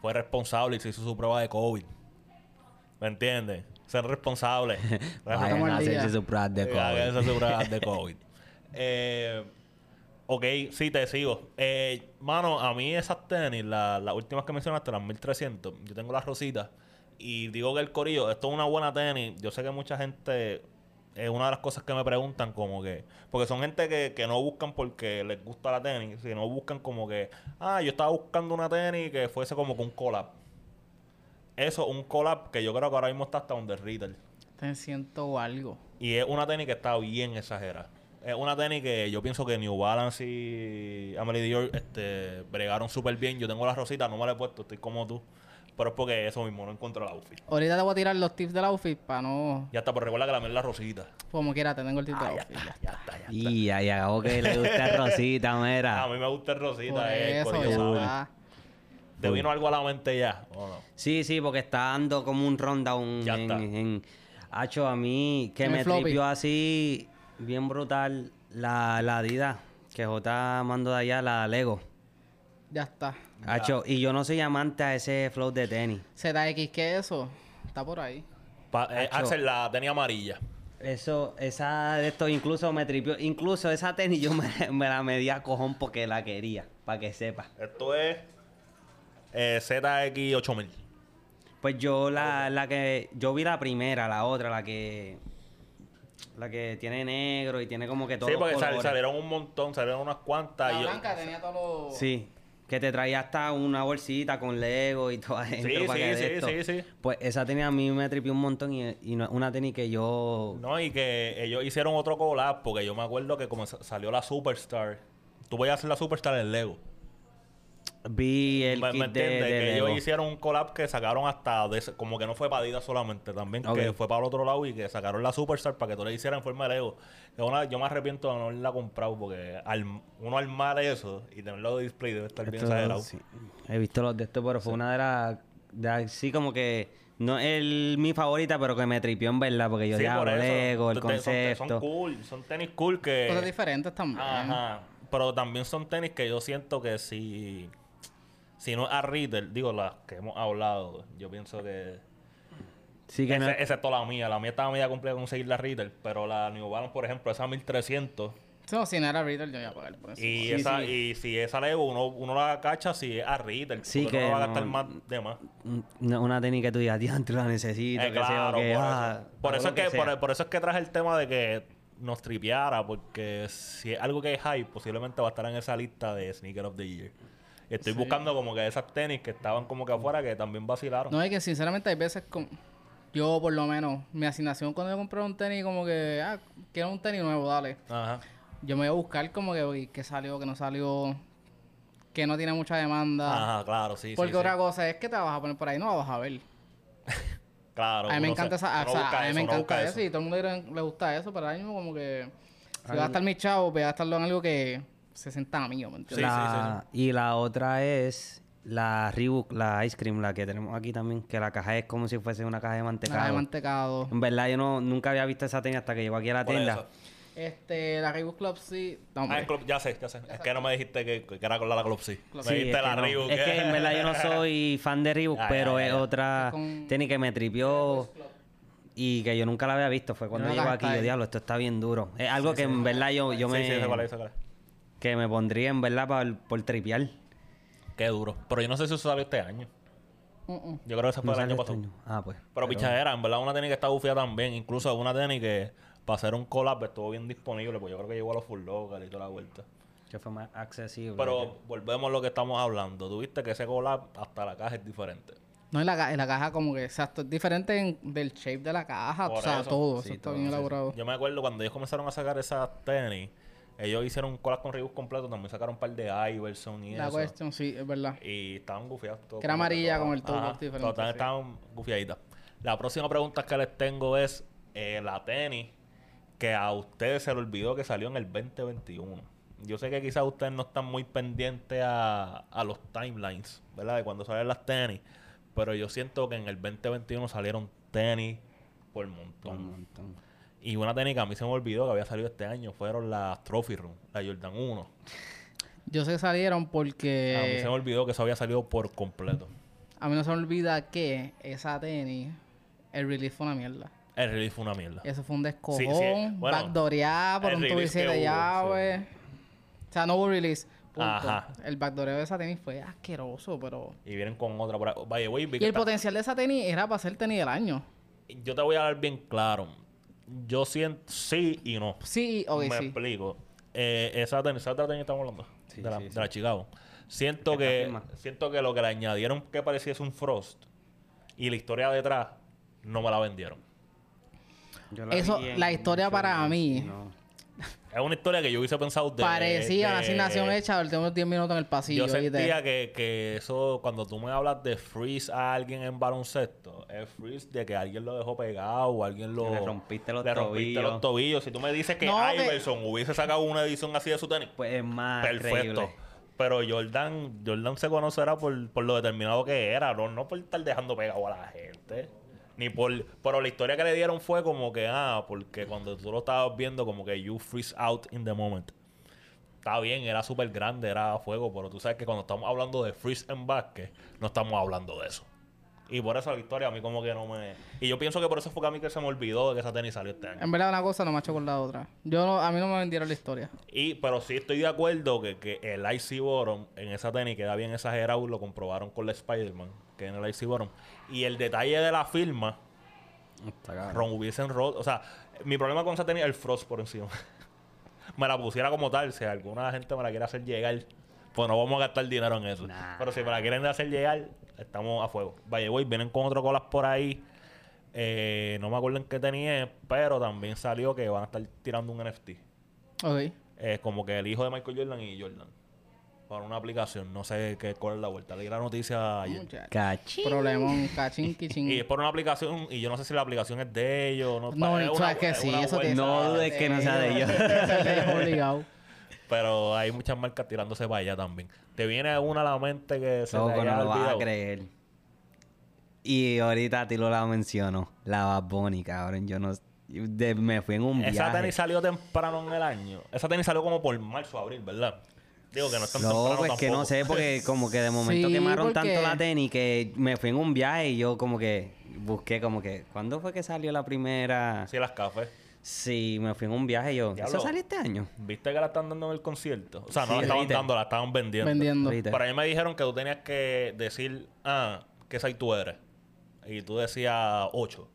A: fue responsable y se hizo su prueba de COVID. ¿Me entiendes? Ser responsable.
B: Estamos
C: Vayan
B: al
C: a hacerse
B: día.
C: su prueba de
A: Hagan
C: COVID.
A: esas pruebas
C: (laughs)
A: de COVID. Eh, ok, sí, te sigo. Eh, mano, a mí esas tenis, la- las últimas que mencionaste, las 1300, yo tengo las rositas. Y digo que el corillo, esto es una buena tenis. Yo sé que mucha gente, es una de las cosas que me preguntan, como que, porque son gente que, que no buscan porque les gusta la tenis, sino buscan como que, ah, yo estaba buscando una tenis que fuese como que un collab. Eso, un collab que yo creo que ahora mismo está hasta donde Ritter.
B: Te siento algo.
A: Y es una tenis que está bien exagerada. Es una tenis que yo pienso que New Balance y Amelie Dior este, bregaron súper bien. Yo tengo la rosita, no me la he puesto, estoy como tú. Pero es porque eso mismo, no encuentro el outfit.
B: Ahorita te voy a tirar los tips del outfit para no.
A: Ya está, pero recuerda que la mía es la rosita.
B: Como quiera, te tengo el tip del
A: Ah, ya
B: outfit.
A: está,
B: ya.
A: ya está, ya está.
C: Y ahí hago que le gusta Rosita,
A: A
C: mira.
A: mí me gusta el
B: Por
A: rosita, eh,
B: eso,
A: corillo,
B: ya
A: ¿sabes?
B: está.
A: ¿Te vino algo a la mente ya? ¿O no?
C: Sí, sí, porque está dando como un rundown
A: Ya
C: en,
A: está.
C: en- Hacho, a mí que
B: En el
C: me
B: floppy.
C: tripió así bien brutal la, la Adidas que J mando de allá, la Lego.
B: Ya está.
C: Hacho, y yo no soy amante a ese flow de tenis.
B: ZX, ¿qué es eso? Está por ahí.
A: Pa- eh,
C: Hacho.
A: Axel la tenía amarilla.
C: Eso, esa de esto incluso me tripió. Incluso esa tenis yo me, (laughs) me la medí a cojón porque la quería, para que sepa.
A: Esto es eh, ZX8000.
C: Pues yo la, la que yo vi la primera, la otra, la que la que tiene negro y tiene como que todo
A: Sí, porque sal- salieron un montón, salieron unas cuantas.
B: La
A: y yo-
B: blanca tenía todos los...
C: Sí, que te traía hasta una bolsita con Lego y todo (laughs) adentro
A: Sí,
C: para
A: sí,
C: que
A: sí,
C: de esto.
A: sí, sí.
C: Pues esa tenis a mí me tripió un montón y, y no es una tenis que yo
A: No, y que ellos hicieron otro collab, porque yo me acuerdo que como sa- salió la Superstar, tú voy a hacer la Superstar en Lego.
C: vi el
A: ¿Me,
C: kit
A: me
C: de,
A: entiendes?
C: de
A: que
C: Lego.
A: ellos hicieron un collab que sacaron hasta, de ese- como que no fue para Adidas solamente, también que
C: Ok.
A: fue para el otro lado y que sacaron la Superstar para que tú le hicieras en forma de Lego. Que una- yo me arrepiento de no haberla comprado, porque al, uno armar eso y tenerlo de display debe estar bien
C: Esto,
A: exagerado.
C: sí. He visto los de estos, pero fue una de las. de las- sí, como que. No es el- mi favorita, pero que me tripió en verdad, porque yo
A: Sí,
C: ya
A: por eso.
C: Lego, el
A: Te- te- son- te-
C: concepto.
A: Son, cool, son tenis cool que...
B: Cosas diferentes también.
A: Ajá. Pero también son tenis que yo siento que si. Si no es a retail, digo, las que hemos hablado, yo pienso que.
C: sí, que
A: Ese-
C: no-
A: Excepto la mía. La mía estaba media compleja conseguir la retail, pero la New Balance, por ejemplo, esa 1300.
B: No, si no era Riddle, yo iba a pagar por eso.
A: Y, esa, y si esa Lego, uno, uno la cacha si es a retail.
C: Sí,
A: porque uno
C: que
A: no va a
C: no-
A: gastar más de más.
C: no- una técnica que tú digas, (laughs) diantre, la necesito,
A: Eh,
C: que sea,
A: claro,
C: o que,
A: por,
C: ah,
A: eso. Por
C: hago
A: eso
C: lo
A: es que, por,
C: sea.
A: por eso es que traje el tema de que nos tripeara, porque si es algo que es hype, posiblemente va a estar en esa lista de Sneaker of the Year. Y Estoy buscando como que esas tenis que estaban como que afuera que también vacilaron.
B: No, es que sinceramente hay veces como... Yo, por lo menos, mi asignación cuando yo compré un tenis, como que... Ah, quiero un tenis nuevo, dale.
A: Ajá.
B: Yo me voy a buscar como que... uy, ¿Qué salió? ¿Qué no salió? ¿Qué no tiene mucha demanda?
A: Ajá, claro, sí. sí,
B: Porque
A: sí,
B: otra cosa es que te la vas a poner por ahí, no la vas a ver.
A: Claro.
B: a mí
A: uno
B: me
A: se-
B: encanta esa,
A: uno
B: o sea,
A: busca
B: a mí me
A: uno busca
B: encanta eso. y todo el mundo le, le gusta eso, pero ahora mismo como que si va a
C: Al-
B: estar mi chavo, voy a gastarlo en algo que se senta mío, ¿me entiendes?
C: La- Y la otra es la Reebok, la ice cream, la que tenemos aquí también, que la caja es como si fuese una caja de
B: Una caja de
C: mantecado.
B: mantecado.
C: en verdad, yo no, nunca había visto esa técnica hasta que llegó aquí a la
A: Por
C: tienda.
A: eso.
B: Este, la Reebok Club sí. No,
A: Ah,
B: hombre.
A: el club, ya sé, ya sé. Es que no me dijiste que, que era con la Glopsy. Me
C: Sí,
A: dijiste
C: es
A: la
C: que no.
A: Reebok.
C: Es que en verdad yo
A: (laughs)
C: no soy fan de Reebok,
A: Ya, ya,
C: pero
A: ya,
C: es
A: ya.
C: otra
B: Con-
C: tenis que me tripió y que yo nunca la había visto. Fue
B: Yo
C: cuando
B: la
C: llegó
B: caja
C: aquí,
B: está
C: yo
B: ahí.
C: diablo, esto está bien duro. Es algo que en verdad yo,
A: (laughs)
C: yo
A: Sí,
C: me
A: sí, sé cuál es, sé cuál es.
C: que me pondría en verdad pa- por tripiar.
A: Qué duro. Pero yo no sé si eso salió este año.
B: Mm, mm.
A: Yo creo que eso fue
C: No
A: el
C: sale
A: año
C: este
A: pasado.
C: año. Ah, pues.
A: Pero pichadera, en verdad una tenis que está bufía también. Incluso una tenis que para hacer un collab estuvo bien disponible, pues yo creo que llegó a los full local y toda la vuelta.
C: Que fue más accesible.
A: Pero volvemos a lo que estamos hablando. Tuviste que ese collab hasta la caja es diferente.
B: No, en la, ca- en la caja como que, exacto, es diferente en- del shape de la caja,
A: Por
B: o sea,
A: eso.
B: todo,
C: Sí,
B: eso está
C: todo,
B: bien
C: sí, sí.
B: elaborado.
A: Yo me acuerdo cuando ellos comenzaron a sacar esas tenis, ellos hicieron un collab con Reebok completo, también sacaron un par de Iverson y
B: La
A: eso.
B: cuestión, sí, es verdad.
A: Y estaban gufiadas todas.
B: Que era amarilla con el top
A: Ajá,
B: box diferente,
A: todas
B: sí.
A: estaban gufiaditas. La próxima pregunta que les tengo es eh, la tenis que a ustedes se le olvidó que salió en el 2021. Yo sé que quizás ustedes no están muy pendientes a, a los timelines, ¿verdad? De cuando salen las tenis. Pero yo siento que en el 2021 salieron tenis por montón.
C: Un montón.
A: Y una tenis que a mí se me olvidó que había salido este año fueron las Trophy Room, la Jordan 1.
B: Yo sé que salieron
A: Ah, A mí
B: porque
A: se me olvidó que eso había salido por completo.
B: a mí no se me olvida que esa tenis, el release fue una mierda.
A: El release fue una mierda.
B: Eso fue un descojón.
A: Sí, sí, bueno,
B: backdoreada por
A: el
B: un tubo
A: release que
B: de
A: hubo,
B: llave. O sea, no hubo release. punto.
A: Ajá.
B: El backdoreo de esa tenis fue asqueroso, pero...
A: Y vienen con otra por ahí. oh, By the way, vi
B: Y
A: que
B: el
A: ta-
B: potencial de esa tenis era para ser tenis del año.
A: yo te voy a hablar bien claro. Yo siento sí y no.
B: Sí, ok,
A: Me
B: sí.
A: explico. Eh, esa tenis, esa tenis estamos hablando.
C: Sí,
A: de, la,
C: sí,
A: de
C: sí.
A: la Chicago. Siento
C: Esta
A: que
C: firma.
A: siento que lo que le añadieron que pareciese un Frost y la historia detrás no me la vendieron.
C: Yo
B: Eso,
C: vi en
B: la historia
C: muchos
B: para
C: lados,
B: mí.
C: y no.
A: Es una historia que yo hubiese pensado de
B: Parecía una
A: de-
B: asignación hecha de los últimos 10 minutos en el pasillo.
A: Yo
B: ¿oíste?
A: sentía que, que eso, cuando tú me hablas de freeze a alguien en baloncesto, es freeze de que alguien lo dejó pegado o alguien lo.
C: Le rompiste los
A: le rompiste
C: tobillos.
A: los tobillos. Si tú me dices que
B: No, que-
A: Iverson hubiese sacado una edición así de su tenis,
C: Pues es más
A: perfecto.
C: creíble.
A: Pero Jordan, Jordan se conocerá por, por lo determinado que era, no, no por estar dejando pegado a la gente. Ni por. Pero la historia que le dieron fue como que, ah, porque cuando tú lo estabas viendo, como que you freeze out in the moment. Está bien, era súper grande, era a fuego, pero tú sabes que cuando estamos hablando de freeze en básquet, no estamos hablando de eso. Y por eso la victoria a mí como que no me... Y yo pienso que por eso fue que a mí que se me olvidó de que esa tenis salió este año.
B: En verdad, una cosa no me ha hecho con la otra. Yo no- a mí no me vendieron la historia.
A: Y, pero sí estoy de acuerdo que, que el Icy Bottom en esa tenis queda bien exagerado. Lo comprobaron con la Spider-Man, que en el Icy Bottom. Y el detalle de la firma,
C: Está cabrón.
A: Ron hubiesen roto. O sea, mi problema con esa tenis es el frost por encima. (laughs) me la pusiera como tal. Si alguna gente me la quiere hacer llegar, pues no vamos a gastar dinero en eso.
C: Nah.
A: Pero si me la quieren hacer llegar, estamos a fuego. Vaya, güey, vienen con otro colas por ahí. Eh, no me acuerdo en qué tenía, pero también salió que van a estar tirando un NFT.
B: Ok.
A: Eh, como que el hijo de Michael Jordan y Jordan. Para una aplicación, no sé qué, cuál es la vuelta. Leí la noticia ayer.
B: Muchacho.
C: Cachín.
B: Problemón, cachín, quichín.
A: (laughs) Y es por una aplicación, y yo no sé si la aplicación es de ellos. No,
B: No,
A: es
B: o
A: una
B: sea, es que
A: hue-
B: sí,
A: una
B: eso tiene
A: vuelta.
C: No dudes que no sea de ellos.
A: (laughs)
B: Es obligado.
A: Pero hay muchas marcas tirándose para allá también. Te viene una a la mente que se te
C: Loco,
A: haya
C: no lo vas a
A: olvidado?
C: creer. Y ahorita a ti lo la menciono. La Bad Bunny, cabrón. Yo no... de- me fui en un viaje.
A: Esa tenis salió temprano en el año. Esa tenis salió como por marzo, abril, ¿verdad? Digo que no es tan temprano
C: Loco, es que no
A: tampoco.
C: sé, porque como que de momento
B: Sí,
C: quemaron tanto
B: porque-
C: la tenis que me fui en un viaje y yo como que busqué como que... ¿Cuándo fue que salió la primera?
A: (laughs) Sí, las cafés.
C: Sí, me fui en un viaje y yo...
A: Diablo.
C: ¿Eso salió este año?
A: ¿Viste que la están dando en el concierto? O sea, no
C: Sí,
A: la estaban
C: retail.
A: dando, la estaban vendiendo.
B: Vendiendo.
C: Ahorita.
A: Por ahí me dijeron que tú tenías que decir, ah, ¿qué size tú eres? Y tú decías 8.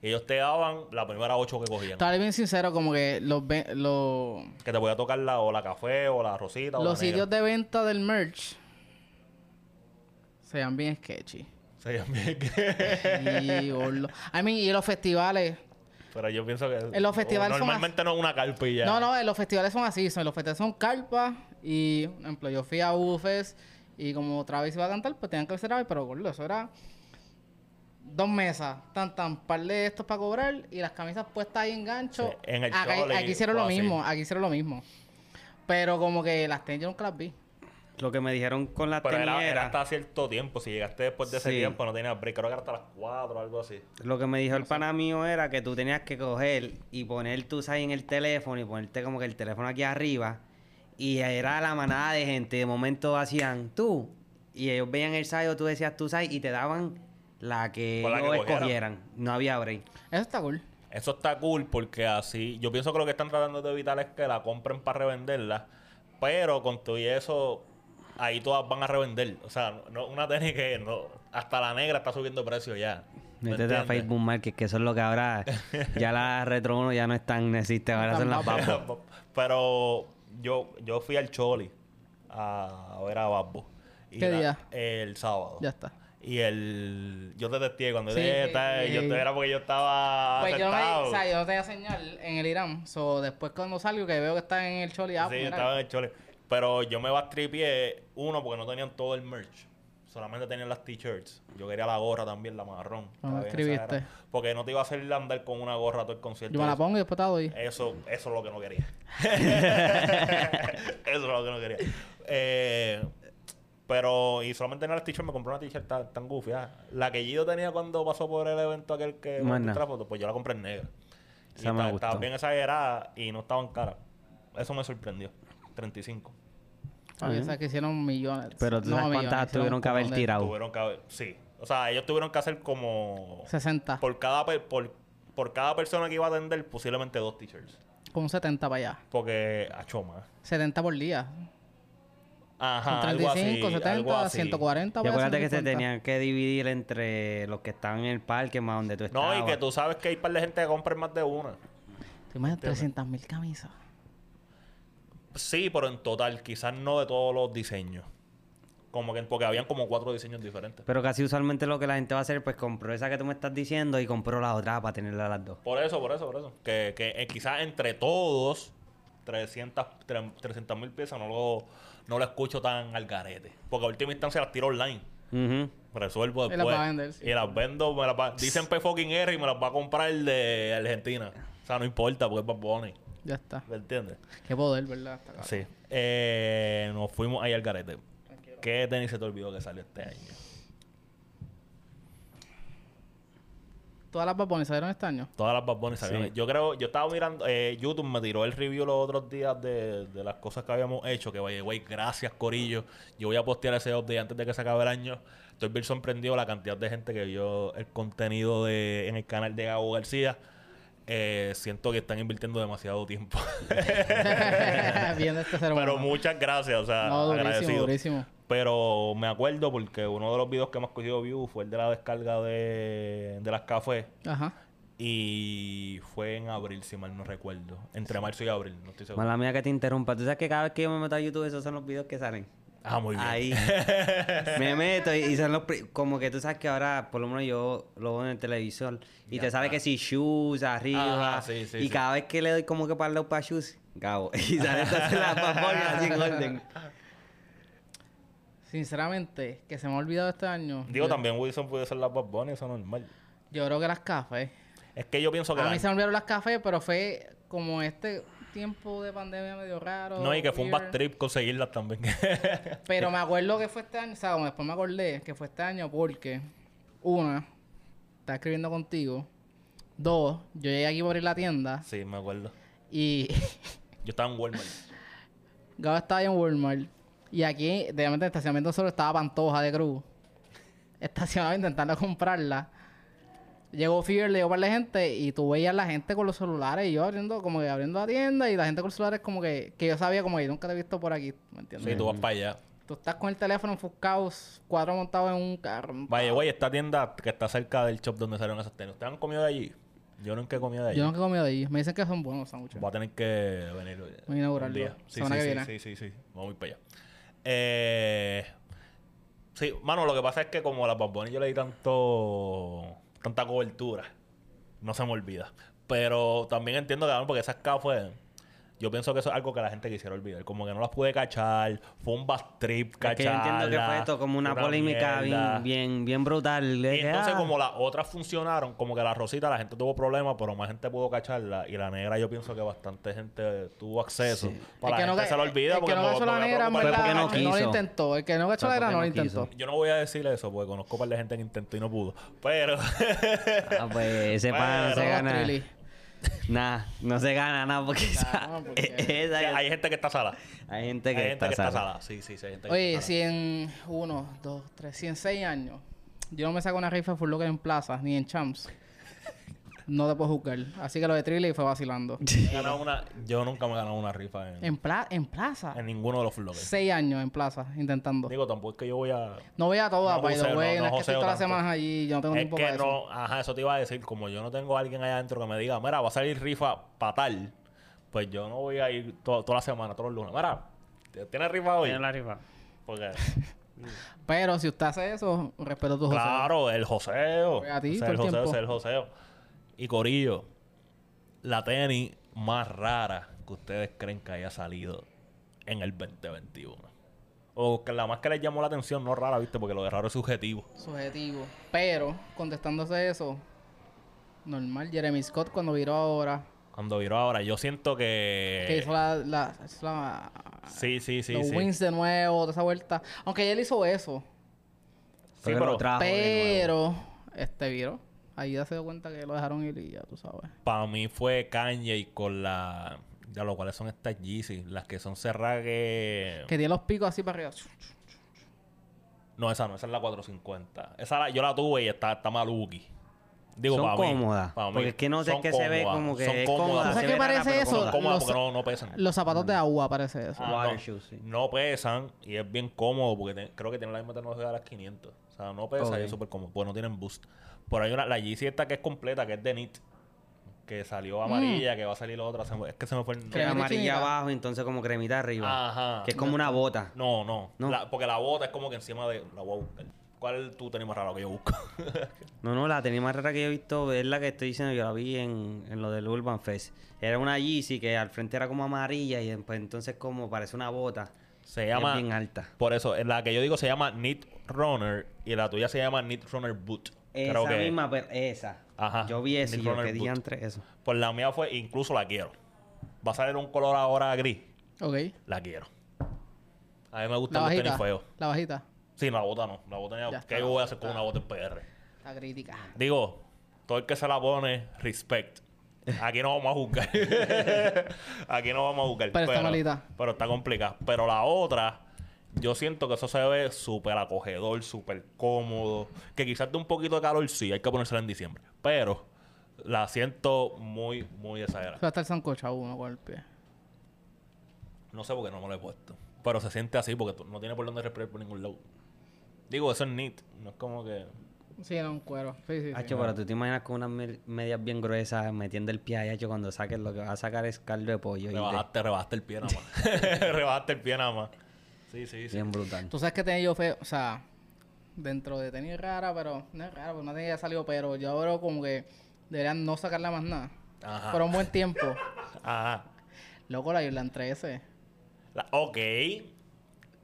A: Y ellos te daban la primera 8 que cogían.
B: Estaré bien sincero, como que los, ve- los,
A: Que te podía tocar la, o la café, o la rosita, o
B: los
A: la negra. (laughs)
B: sitios de venta del merch sean
A: (laughs)
B: bien sketchy.
A: Sí, a mí que- (laughs)
B: Y, gordo. I mean, y los festivales.
A: Pero yo pienso que...
B: En los festivales
A: o
B: son
A: Normalmente no es una carpilla.
B: No, no, eh, los festivales son así. Son, los festivales son carpas. Y, por ejemplo, yo fui a UFES y como Travis iba a cantar, pues tenían que hacer Travis, pero gordo, eso era dos mesas. Tan, tan, par de estos para cobrar y las camisas puestas ahí en gancho.
A: Sí, en el
B: Acá-
A: trolley
B: aquí hicieron
A: o
B: lo
A: así.
B: mismo, aquí hicieron lo mismo. Pero como que las tenis yo nunca las vi.
C: Lo que me dijeron con la
A: Pero
C: tenis
A: era, era
C: era...
A: hasta cierto tiempo. Si llegaste después de ese
C: Sí.
A: tiempo, no tenías break. Creo que era hasta las 4 o algo así.
C: Lo que me dijo el pana mío era que tú tenías que coger y poner tu ahí en el teléfono y ponerte como que el teléfono aquí arriba. Y era la manada de gente. De momento hacían tú. Y ellos veían el side o tú decías tú side y te daban la que
A: O la que
C: ellos
A: cogieran.
C: escogieran. No había break.
B: Eso está cool.
A: Eso está cool porque así... Yo pienso que lo que están tratando de evitar es que la compren para revenderla. Pero con todo y eso... Ahí todas van a revender. O sea, no, una tenis que no... Hasta la negra está subiendo precio ya. ¿Me
C: Métete a
A: entiendes?
C: Facebook Market, que eso es lo que ahora ya
A: (laughs)
C: la Retro 1 ya no están, no existe, ahora son las
B: Están
C: papas.
A: Pero yo, yo fui al Choli a, a ver a Babbo. Y
B: ¿Qué día?
A: El sábado.
B: Ya está.
A: Y el... Yo te testé cuando
B: Sí,
A: yo te- ta-
B: sí.
A: yo te era porque yo estaba
B: Pues yo, no me,
A: sentado.
B: o sea, yo no tenía señal en el Irán. So, después cuando salgo que veo que están en el Choli, ah,
A: sí,
B: pues,
A: yo
B: mira.
A: estaba en el chole. Pero yo me bastripié, uno, porque no tenían todo el merch. Solamente tenían las t-shirts. Yo quería la gorra también, la marrón.
B: No me
A: Estaba bien
B: escribiste.
A: exagerado. Porque no te iba a hacer andar con una gorra a todo el concierto.
B: Yo me la pongo y después te la doy.
A: Eso, eso es lo que no
C: (laughs)
A: quería. eso es lo que no quería. Eh, pero, y solamente en las t-shirts me compré una t-shirt tan, tan goofy. ah. La que yo tenía cuando pasó por el evento aquel que
C: Más
A: mostré
C: nada.
A: la foto, pues yo la compré en negra. Y
C: Esa me
A: esta-
C: gustó.
A: estaba bien exagerada y no estaban caras. Eso me sorprendió. 35.
B: Ah,
C: bien.
B: o sea, que hicieron millones.
C: ¿eh? Pero tú
B: No,
C: sabes
B: millones,
C: cuántas
B: hicieron
C: tuvieron que
B: un
C: haber
B: montón de-
C: tirado.
A: Tuvieron que haber- Sí. O sea, ellos tuvieron que hacer como.
B: 60.
A: Por cada, per- por, por cada persona que iba a atender, posiblemente dos t-shirts.
B: Con un 70 para allá.
A: Porque, a más.
B: 70 por día.
A: Ajá,
B: Con
A: Ah, algo así,
B: 35,
A: algo
B: 70,
A: así.
B: 140.
C: Y
B: para
C: acuérdate que se
B: 150.
C: tenían que dividir entre los que estaban en el parque más donde tú
A: No,
B: Ah,
C: estabas.
A: y que tú sabes que hay par de gente que compra más de una.
B: Te imaginas 300 mil camisas.
A: Sí, pero en total, quizás no de todos los diseños. Como que, porque habían como cuatro diseños diferentes.
C: Pero casi usualmente lo que la gente va a hacer, pues compró esa que tú me estás diciendo y compró la otra para tenerla las dos.
A: Por eso, por eso, por eso. Que, que eh, quizás entre todos, 300 tre- 300 mil piezas no lo, no lo escucho tan al garete. Porque a última instancia las tiro online.
C: Ujú.
A: Resuelvo
B: Y las
A: después.
B: va a vender, sí.
A: Y las vendo, me las va- dicen P fucking R y me las va a comprar el de Argentina. O sea, no importa porque es Bad Bunny.
B: Ya está.
A: ¿Me entiendes?
B: Qué poder, ¿verdad? Está cabrón.
A: Sí. Eh, nos fuimos ahí al garete. ¿Qué tenis se te olvidó que salió este año?
B: Todas las Bad Bunny salieron este
A: (laughs)
B: año.
A: Todas las Bad Bunny salieron. Yo creo, yo estaba mirando, eh, YouTube me tiró el review los otros días de, de las cosas que habíamos hecho. Que vaya, güey, gracias, Corillo. Yo voy a postear ese update antes de que se acabe el año. Estoy bien sorprendido la cantidad de gente que vio el contenido de, en el canal de Gabo García. Eh, siento que están invirtiendo demasiado
B: (laughs)
A: tiempo. (laughs)
B: Viendo este ser
A: Pero
B: humano.
A: muchas gracias, o sea,
B: No, durísimo,
A: agradecido.
B: durísimo.
A: Pero me acuerdo porque uno de los videos que más cogido view fue el de la descarga de, de las cafés.
B: Ajá.
A: Y fue en abril, si mal no recuerdo. Entre marzo y abril, no estoy seguro.
C: Mala mía que te interrumpa. Tú sabes que cada vez que yo me meto a YouTube, esos son los videos que salen.
A: Ah, muy bien. (laughs)
C: Ahí. me meto y, y son los. pri- Como que tú sabes que ahora, por lo menos yo lo veo en el televisor. Y te sale que si shoes arriba.
A: Ajá, Ah, sí, sí,
C: y
A: sí.
C: cada vez que le doy como que para el lado para shoes, Gabo. (laughs) Y sale entonces la papoya así en orden.
B: Sinceramente, que se me ha olvidado este año.
A: Digo,
B: yo,
A: también Wilson puede ser la Bad Bunny, eso es normal.
B: Yo creo que las cafés.
A: Es que yo pienso que...
B: A
A: la-
B: mí se me olvidaron las cafés, pero fue como este tiempo de pandemia medio raro.
A: No, y que fue un back
B: weird.
A: trip conseguirlas también. (laughs) Eh.
B: Pero me acuerdo que fue este año, o sea, como después me acordé que fue este año porque, una, estaba escribiendo contigo. Dos, yo llegué aquí por ir a la tienda
A: sí, me acuerdo.
B: y (laughs)
A: Yo estaba en Walmart.
B: Gabo estaba ahí en Walmart. Y aquí, obviamente, en el estacionamiento solo estaba Pantoja de Cruz. Estacionaba intentando comprarla. Llegó Fever, le llegó para la gente y tú veías la gente con los celulares y yo abriendo, como que abriendo la tienda y la gente con los celulares como que, que yo sabía como que yo nunca te he visto por aquí, ¿me entiendes?
A: Sí, tú vas para allá.
B: Tú estás con el teléfono enfocado, cuatro montados en un carro.
A: Vaya, güey, esta tienda que está cerca del shop donde salieron esas tenis. ¿Ustedes han comido de allí? Yo nunca he comido de allí.
B: Yo nunca he comido de ellos. Me dicen que son buenos los sándwiches.
A: Voy a tener que venir. eh,
B: Voy a inaugurarlo,
A: un día. Sí,
B: semana
A: sí,
B: que
A: sí,
B: viene.
A: sí, sí, sí. Vamos a ir para allá. Eh, sí, mano, lo que pasa es que como a las bombones yo le di tanto... Tanta cobertura. No se me olvida. Pero también entiendo que, mano, porque esas cafés... Yo pienso que eso es algo que la gente quisiera olvidar. Como que no las pude cachar. Fue un bad trip
C: Es
A: cachar.
C: que yo entiendo que fue esto como una, polémica bien, bien, bien brutal.
A: Y entonces,
C: Ah.
A: como las otras funcionaron, como que la rosita, la gente tuvo problemas, pero más gente pudo cacharla. Y la negra, yo pienso que bastante gente tuvo acceso. Para
B: El
A: la
B: que no
A: gente
B: ca-
A: se lo olvida,
B: el
A: porque
B: que no
A: no-
B: cachó
A: no
B: la
A: voy a
B: negra, en
A: preocupar.
B: verdad, eh.
C: Porque no
B: no lo
C: quiso.
B: intentó. El que no cachó
C: Fue
B: la negra,
C: porque
B: no lo
C: no
B: intentó.
A: Yo no voy a decir eso, porque conozco para la gente que intentó y no pudo. Pero.
C: (laughs)
A: (laughs)
C: Ah, pues ese pana no se
A: Pero-
C: gana.
B: Trilly.
C: Nada, no se gana nada porque esa, (laughs)
B: no, porque-
A: o sea,
C: esa-
A: hay gente que está sala.
C: hay gente
A: Hay
C: que,
A: gente que
C: está
A: está
C: sana.
A: sala. Sí, sí, sí. Hay gente que
B: Oye,
A: está sala.
B: si en uno, dos, tres, si en seis años yo no me saco una rifa de Full Locker en plazas ni en champs, no te puedo juzgar. Así que lo de Trilly fue vacilando.
A: Me he ganado una- yo nunca me he ganado una rifa en,
B: En, pla en plaza.
A: en ninguno de los flores.
B: Seis años en plaza, intentando.
A: Digo, tampoco es que yo voy a.
B: No voy a todas,
A: No
B: by the
A: joseo,
B: way.
A: no, no
B: No, es que estoy
A: joseo
B: todas las
A: tanto.
B: semanas allí. Yo no tengo
A: Es
B: tiempo para
A: que
B: eso.
A: no, ajá, eso te iba a decir, como yo no tengo a alguien allá adentro que me diga, mira, va a salir rifa para tal, pues yo no voy a ir to- toda la semana, todos los lunes. Mira, ¿tienes rifa hoy?
D: Tiene la rifa.
B: (laughs)
A: Porque,
B: Pero si usted hace eso, respeto tus
A: claro, el joseo.
B: Pues a ti,
A: Ese es
B: todo
A: el
B: el
A: joseo,
B: tiempo.
A: ese es el joseo. Y Corillo, la tenis más rara que ustedes creen que haya salido en el 2021. O que la más que les llamó la atención, no rara, viste, porque lo de raro es subjetivo.
B: subjetivo. Pero, contestándose eso, normal. Jeremy Scott cuando viró ahora,
A: Cuando viro ahora, yo siento
B: que
A: que...
B: hizo la, la, hizo la-
A: Sí, sí, Eh. sí,
B: los
A: sí.
B: wins de nuevo, toda esa vuelta. Aunque él hizo eso,
A: Sí,
C: Fue que
A: pero-
C: lo trajo de nuevo.
B: pero este viró. Ahí ya se dio cuenta que lo dejaron ir y ya tú sabes.
A: Para mí fue Kanye con la. Ya lo cuales son estas Yeezy, las que son cerradas que.
B: Que tiene los picos así para arriba.
A: No, esa no, esa es la 450. Esa la- yo la tuve y está, está maluki. Digo,
C: Son
A: para mí.
C: cómodas,
A: pa' mí.
C: porque es que no sé,
A: Son
C: es que se ve
A: cómodas,
C: como que
A: Son
C: es
A: cómodas.
C: cómoda,
A: se
B: ¿Sabes
A: ve-
B: qué
C: ve rara,
B: parece
C: pero
B: eso?
A: Son cómodas
B: Los-
A: porque no, no pesan.
B: Los zapatos de agua parece eso.
A: Ah,
C: Water
A: no,
C: shoes, sí.
A: no pesan y es bien cómodo porque te- creo que tienen la misma tecnología de las 500. O sea, no pesa y
C: Ok.
A: es súper cómodo. Pues no tienen boost. Por ahí una, la Yeezy esta que es completa, que es de NIT. Que salió
C: Mm.
A: amarilla, que va a salir la otra. se me- es que se me fue el
C: Que
A: nombre.
B: Cremita
C: amarilla
B: chinita.
C: abajo, entonces como cremita arriba.
A: Ajá.
C: Que es como una bota.
A: No, no.
C: No.
A: La- porque la bota es como que encima de. La voy a buscar. ¿Cuál tú tenés más raro que yo busco? (laughs)
C: No, no, la tenía más rara que yo he visto es la que estoy diciendo, yo la vi en, en lo del Urban Fest. Era una Yeezy que al frente era como amarilla y en- pues, entonces como parece una bota.
A: Se
C: Es
A: llama.
C: bien alta.
A: Por eso, en la que yo digo se llama Knit Runner y la tuya se llama Knit Runner Boot.
C: Esa
A: Creo que.
C: misma, pero esa.
A: Ajá.
C: Yo vi esa y
A: Nick
C: yo,
A: Runner
C: ¿qué
A: Boot.
C: diantre eso?
A: Pues la mía fue, incluso la quiero. Va a salir un color ahora gris.
B: Ok.
A: La quiero. A mí me
B: La
A: gustan los tenis
B: bajita.
A: feos.
B: La bajita.
A: Sí, la bota no. La bota
B: Ya
A: ya.
B: está,
A: ¿Qué yo voy
B: la
A: a hacer con
B: bota.
A: una bota en PR?
B: La crítica.
A: Digo, Todo el que se la pone, respect. Aquí no vamos a juzgar. Aquí no vamos a juzgar.
B: Pero está malita.
A: Pero está complicada. Pero la otra, yo siento que eso se ve súper acogedor, súper cómodo. Que quizás de un poquito de calor sí, hay que ponérsela en diciembre. Pero la siento muy, muy exagerada.
B: Se va a estar sancochado uno con el pie.
A: No sé por qué no me lo he puesto. Pero se siente así porque tú- no tiene por dónde respirar por ningún lado. Digo, eso es neat. No es como que...
B: Sí, era un cuero. Sí,
A: Ah,
B: sí, sí.
C: Hacho, pero tú te imaginas con unas mel- medias bien gruesas metiendo el pie ahí, hacho, cuando saques lo que vas a sacar es caldo de pollo. y de-
A: Rebajaste, rebajaste el pie nada más. (laughs) rebajaste el pie nada más. Sí, sí, sí.
C: Bien brutal.
B: Tú sabes que tenía yo feo, o sea, dentro de tenis rara, pero no es rara, porque no tenía salido, pero yo ahora como que deberían no sacarla más nada.
A: Ajá.
B: Por un buen tiempo. (laughs)
A: Ajá.
B: Loco, la Jordan 13.
A: La- ok.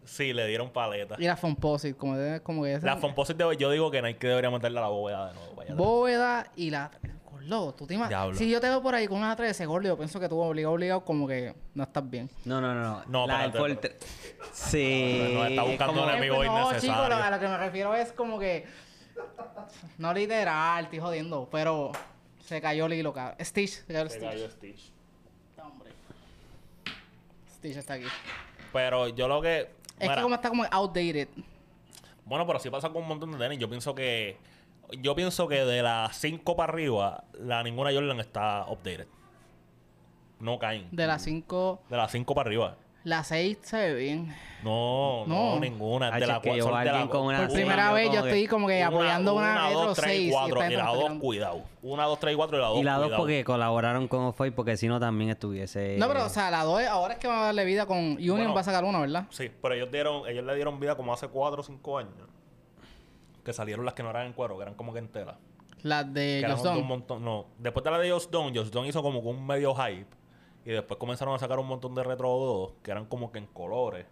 A: Sí, le dieron paleta.
B: Y la Fomposite, como, de- como que esa-
A: La Fomposite, de- yo digo que Nike debería meterla a la bóveda de nuevo. vaya.
B: bóveda y la... Gordo, tú te imaginas.
A: Diablo.
B: Si yo te veo por ahí con una 13, gordo, yo pienso que tú obligado, obligado, como que no estás bien.
C: No, no, no.
A: No,
C: la del
A: espérate,
C: Forte- Sí.
A: No, no, está
C: es
A: buscando
C: como-
A: un enemigo
B: Eh, no,
A: innecesario.
B: chico, lo- a lo que me refiero es como que... No literal, estoy jodiendo, pero se cayó el hilo, cabrón. Stitch, se cayó el
A: Se
B: Stitch.
A: cayó Stitch.
B: Hombre. Stitch está aquí.
A: Pero yo lo que.
B: Es que
A: mira,
B: como está como outdated.
A: Bueno, pero sí pasa con un montón de tenis. Yo pienso que. Yo pienso que de las 5 para arriba, la ninguna Jordan está updated. No caen.
B: De las 5,
A: De las 5 para arriba.
B: la 6 se ve bien.
A: No, no,
B: No.
A: ninguna.
C: Hacho,
A: de la
C: es que
A: cua-
C: yo
A: son
C: veo a
A: de la
C: alguien con una
B: Por
C: Una,
B: primera
C: yo
B: vez
C: como
B: yo
C: que-
B: estoy como que apoyando una,
A: una,
B: retro
A: dos, tres,
B: 6
A: cuatro. Y la dos,
B: no,
A: cuidado. Una, dos, tres y cuatro y la dos.
C: Y la dos
A: cuidado.
C: porque colaboraron con Off-White, porque si no también estuviese...
B: pero o sea, la 2 ahora es que va a darle vida con Union
A: Bueno.
B: va a sacar una, ¿verdad?
A: Sí, pero ellos dieron, ellos le dieron vida como hace 4 o 5 años. Que salieron las que no eran en cuero, que eran como que en tela.
B: La de
A: que eran
B: Just
A: de un
B: Don.
A: montón. No, después de la de Just Don, Just Don hizo como que un medio hype. Y después comenzaron a sacar un montón de retro 2 que eran como que en colores.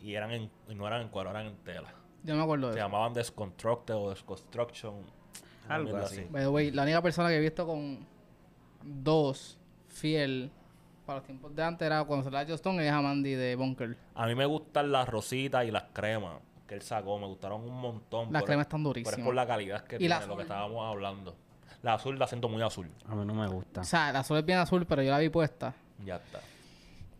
A: Y eran en, y no eran en cuero, eran en tela.
B: Yo no me acuerdo
A: Se
B: de eso.
A: llamaban Desconstructed o Desconstruction. una
C: Algo
A: mierda
C: así.
B: By the way, la única persona que he visto con dos fiel para los tiempos de antes era cuando salió Just Don y es Amandi de Bunker.
A: A mí me gustan las rositas y las cremas que él sacó. Me gustaron un montón.
B: Las
A: pero-
B: cremas están
A: Pero es
B: durísimas.
A: por la calidad que
B: Y
A: tiene,
B: la
A: lo que
B: azul.
A: estábamos hablando. La azul la siento muy azul.
C: A mí no me
A: Ah.
C: gusta.
B: O sea, la azul es bien azul, pero yo la vi puesta.
A: Ya está.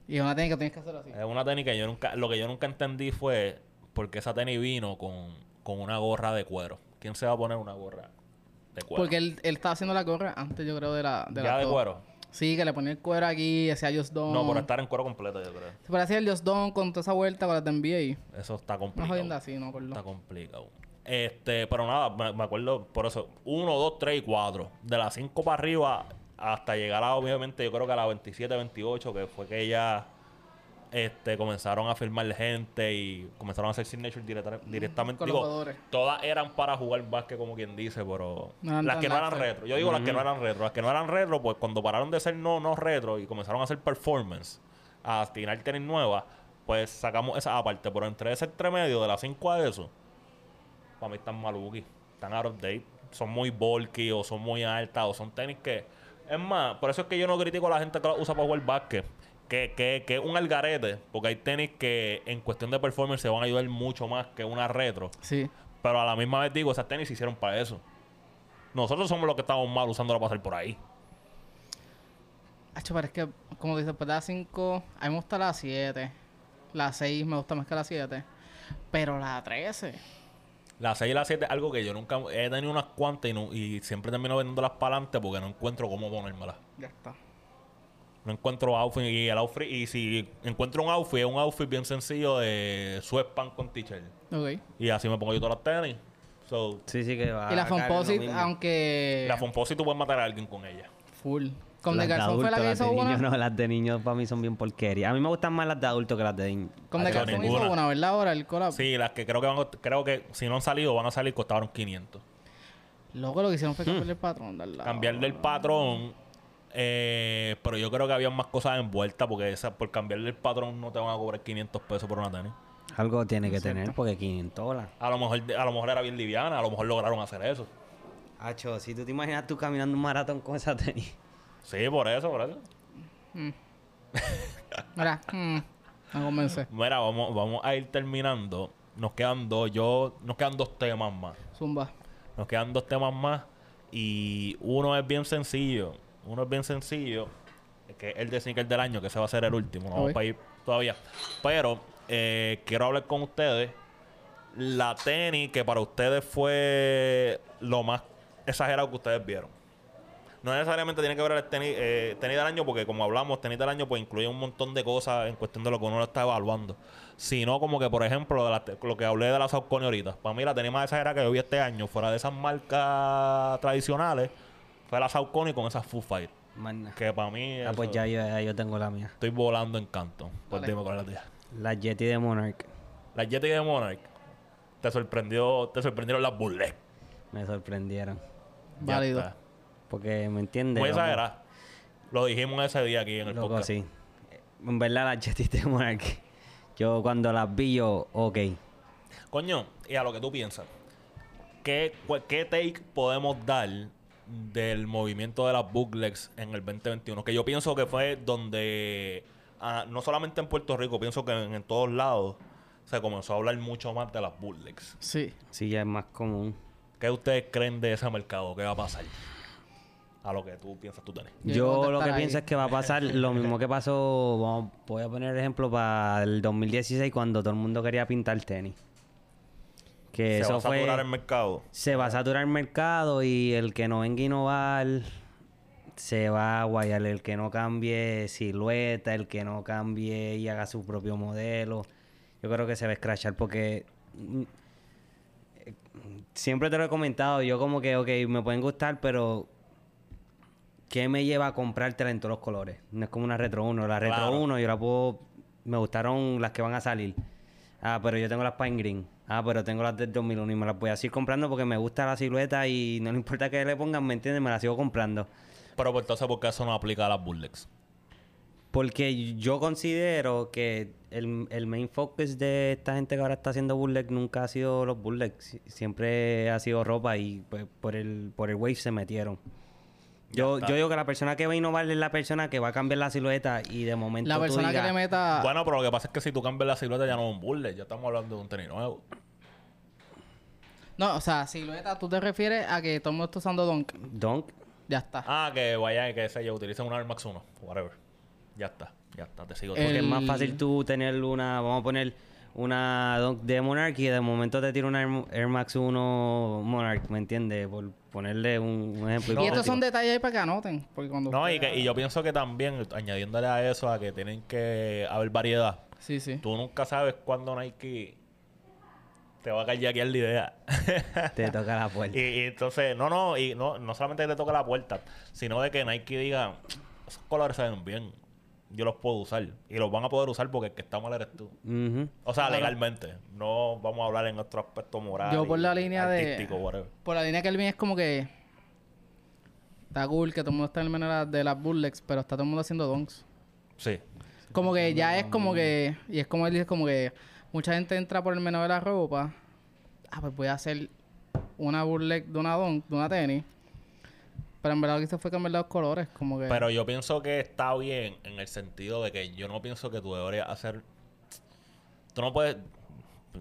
B: Y es una técnica que tienes que hacer así.
A: Es una tenis que yo nunca, lo que yo nunca entendí fue por qué esa tenis vino con, con una gorra de cuero. ¿Quién se va a poner una gorra de cuero?
B: Porque él, él estaba haciendo la gorra antes, yo creo, de la. De
A: ya
B: las
A: de
B: dos.
A: cuero.
B: Sí, que le ponía el cuero aquí, hacía Just Don.
A: No, por estar en cuero completo, yo creo.
B: Se parecía el Just Don con toda esa vuelta con las de NBA.
A: Eso está
B: Una
A: complicado.
B: jodienda así, no, por
A: Está complicado. Este, pero nada, me, me acuerdo por eso. Uno, dos, tres y cuatro. De las cinco para arriba hasta llegar a, obviamente, yo creo que a la 27, 28, que fue que ya este, comenzaron a firmar gente y comenzaron a hacer signature directa- directamente.
B: Con los
A: Digo,
B: jugadores.
A: todas eran para jugar básquet, como quien dice, pero
B: No eran
A: las
B: tan
A: que no eran
B: retro.
A: retro. Yo digo las que no eran retro. Las que no eran retro, pues cuando pararon de ser no, no retro y comenzaron a hacer performance, a tirar tenis nuevas, pues sacamos esa aparte. Pero entre ese entremedio de las 5 a eso, para mí están maluki, están out of date, son muy bulky o son muy altas o son tenis que... Es más, por eso es que yo no critico a la gente que los usa para jugar básquet, que, que, que es un algarete, porque hay tenis que en cuestión de performance se van a ayudar mucho más que una retro.
B: Sí.
A: Pero a la misma vez digo, esas tenis se hicieron para eso. Nosotros somos los que estamos mal usándola para hacer por ahí.
B: Hacho, pero es que, como dices, pues la 5, a mí me gusta la 7. La 6 me gusta más que la 7. Pero la 13.
A: La 6 y la 7 es algo que yo nunca he tenido unas cuantas y, no- y siempre termino vendiéndolas para adelante porque no encuentro cómo ponérmelas.
B: Ya está.
A: No encuentro outfit y el outfit. Y si encuentro un outfit, es un outfit bien sencillo de sweatpants con t-shirt.
B: Ok.
A: Y así me pongo yo todas las tenis. So,
C: Sí, sí que
A: Ah,
C: va
B: y la
C: a caer en lo
B: Fomposite,
C: mismo.
B: aunque.
A: la Fomposi tú puedes matar a alguien con ella.
B: Full. Con
C: Las
B: De
C: de
B: Garzón fue la
C: adulto,
B: que
C: las de
B: hizo una.
C: niños no, las de niños para mí son bien porquería. A mí me gustan más las de adulto que las de niños.
B: Con De
A: Hacho,
B: Garzón hizo
A: Ah, ninguna.
B: una, ¿verdad? Ahora el collab.
A: Sí, las que creo que van a- creo que si no han salido, van a salir costaron 500.
B: Loco, lo que
A: Mm.
B: hicieron fue cambiar el patrón. de al lado.
A: cambiarle el patrón. eh, pero yo creo que había más cosas envueltas porque esa, por cambiarle el patrón no te van a cobrar 500 pesos por una tenis.
C: Algo tiene que tener porque 500 dólares.
A: A lo mejor a lo mejor era bien liviana, a lo mejor lograron hacer eso.
C: Hacho, si tú te imaginas tú caminando un maratón con esa tenis.
A: Sí, por eso, por eso.
B: Mira, mm, me convence.
A: Mira, vamos, vamos a ir terminando. Nos quedan dos, yo, nos quedan dos temas más.
B: Zumba.
A: Nos quedan dos temas más. Y uno es bien sencillo. Uno es bien sencillo. Que es el de sneaker del año, que ese va a ser el último. No vamos
B: Ok.
A: para ir todavía. Pero eh, quiero hablar con ustedes. La tenis que para ustedes fue lo más exagerado que ustedes vieron. No necesariamente tiene que ver el tenis, eh, tenis del año, porque como hablamos, tenis del año pues incluye un montón de cosas en cuestión de lo que uno lo está evaluando. Sino como que, por ejemplo, lo, de la te- lo que hablé de la Saucony ahorita. Para mí la tenis más exagerada que yo vi este año, fuera de esas marcas tradicionales, fue la Saucony con esas Foo Fight.
C: Más nada.
A: Que para mí
C: Ah, pues
A: eso,
C: ya yo, ya yo tengo la mía.
A: estoy volando en canto. Pues
B: Dale.
A: dime cuál es la tuya.
C: La Yeti de Monarch.
A: La Yeti de Monarch te sorprendió, te sorprendieron las burles.
C: Me sorprendieron.
A: Ya
B: Válido.
A: está.
C: Porque, ¿me entiendes?
A: Muy
C: Vamos-
A: exagerada. Lo dijimos ese día aquí en el
C: Loco,
A: podcast.
C: sí. En verdad, las Yetis de Monarch. (laughs) Yo cuando las vi, yo, ok.
A: Coño, y a lo que tú piensas, ¿qué, cu- qué take podemos dar del movimiento de las bootlegs en el 2021? Que yo pienso que fue donde, ah, no solamente en Puerto Rico, pienso que en, en todos lados se comenzó a hablar mucho más de las bootlegs.
B: Sí.
C: Sí, ya es más común.
A: ¿Qué ustedes creen de ese mercado? ¿Qué va a pasar? A lo que tú piensas tú tenés.
B: Yo creo
C: Yo
B: que
C: lo que
B: estar ahí.
C: pienso es que va
B: (laughs)
C: a pasar lo mismo que pasó, vamos, voy a poner ejemplo para el 2016 cuando todo el mundo quería pintar tenis. Que
A: ¿Se
C: Eh, eso
A: va a
C: fue
A: saturar el mercado?
C: se va a saturar el mercado y el que no venga a innovar se va a guayar, el que no cambie silueta, el que no cambie y haga su propio modelo. Yo creo que se va a escrachar porque mm, eh, siempre te lo he comentado, yo como que, ok, me pueden gustar, pero ¿qué me lleva a comprártela en todos los colores? No es como una Retro 1, la Retro
A: Claro.
C: 1 yo la puedo, me gustaron las que van a salir. Ah, pero yo tengo las Pine Green. Ah, pero tengo las del 2001 y me las voy a seguir comprando porque me gusta la silueta y no le importa que le pongan, ¿me entiendes? Me las sigo comprando.
A: Pero pues, entonces, ¿por qué eso no aplica a las bootlegs?
C: Porque yo considero que el, el main focus de esta gente que ahora está haciendo bootleg nunca ha sido los bootlegs. Si- Siempre ha sido ropa y pues, por el, por el wave se metieron.
A: Ya
C: Yo,
A: está.
C: yo digo que la persona que va a innovar es la persona que va a cambiar la silueta y de momento
B: La
C: tú
B: persona que
C: digas,
B: le meta.
A: Bueno, pero lo que pasa es que si tú cambias la silueta ya no es un burlet. Ya estamos hablando de un tenis nuevo.
B: No, o sea, silueta, tú te refieres a que todo el mundo está usando donk.
C: Dunk,
B: Ya está.
A: Ah, que vaya, que sé yo, utilicen un Air Max 1, whatever. Ya está, ya está, te sigo.
B: Eh,
C: Porque es más
B: El-
C: fácil tú tener una, vamos a poner una Dunk de Monarch y de momento te tira una Air, Air Max 1 Monarch, ¿me entiendes? Por ponerle un, un ejemplo.
B: y estos
C: hipotético.
B: son detalles ahí para que anoten. Porque cuando
A: no, y,
B: ustedes-
A: que, y yo pienso que también, añadiéndole a eso, a que tienen que haber variedad.
B: Sí, sí.
A: Tú nunca sabes cuándo Nike te va a callaquear la idea. (laughs)
C: Te toca la puerta.
A: y, y entonces, no, no, y no, no solamente te toca la puerta, sino de que Nike diga, esos colores se ven bien, yo los puedo usar. Y los van a poder usar porque el que está mal eres tú.
C: Ujú.
A: O sea, legalmente. No vamos a hablar en otro aspecto moral.
B: Yo por
A: y
B: la línea de-
A: artístico, whatever.
B: Por la línea que él viene es como que. Está cool que todo el mundo está en el menú de la- de las burlex, pero está todo el mundo haciendo donks.
A: Sí.
B: Como que ya es como que. Y es como él dice, como que. Mucha gente entra por el menú de la ropa. Ah, pues voy a hacer una burlex de una donk, de una tenis. Pero en verdad lo que hizo fue cambiar los colores, como que.
A: Pero yo pienso que está bien en el sentido de que yo no pienso que tú deberías hacer. Tú no puedes.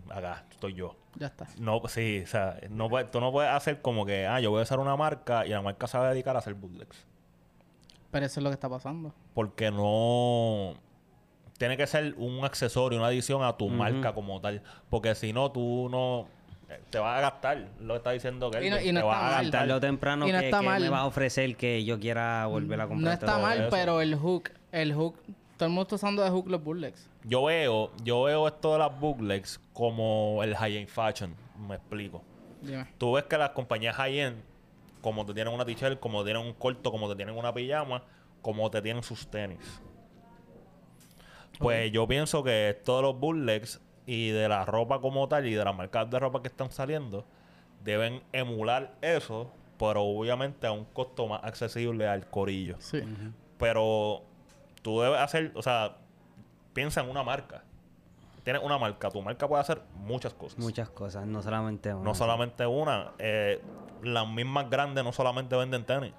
A: Acá estoy yo.
B: Ya está.
A: No, sí, o sea, no puedes- tú no puedes hacer como que, ah, yo voy a usar una marca y la marca se va a dedicar a hacer bootlegs.
B: Pero eso es lo que está pasando.
A: Porque no. Tiene que ser un accesorio, una adición a tu marca como tal. Porque si no, tú no. eh, Te vas a gastar lo que está diciendo que
B: Y no- y no
A: te
B: está
A: vas a
B: mal.
A: gastar.
C: Tarde o temprano,
B: Y no
C: que,
B: está
C: que
B: mal.
C: me vas a ofrecer que yo quiera volver a comprar?
B: No está
C: todo
B: mal,
A: eso.
B: pero el hook, el hook, todo el mundo está usando de hook los burlex.
A: Yo veo, yo veo esto de las bootlegs como el high-end fashion. Me explico.
B: Dime.
A: Tú ves que las compañías high-end, como te tienen una t-shirt, como te tienen un corto, como te tienen una pijama, como te tienen sus tenis. Pues yo pienso que esto de los bootlegs y de la ropa como tal y de las marcas de ropa que están saliendo, deben emular eso, pero obviamente a un costo más accesible al corillo.
B: Sí.
A: Pero tú debes hacer, o sea, piensa en una marca. Tienes una marca, tu marca puede hacer muchas cosas.
C: Muchas cosas, no solamente una.
A: No solamente una. eh, las mismas grandes no solamente venden
C: (laughs)
A: tenis.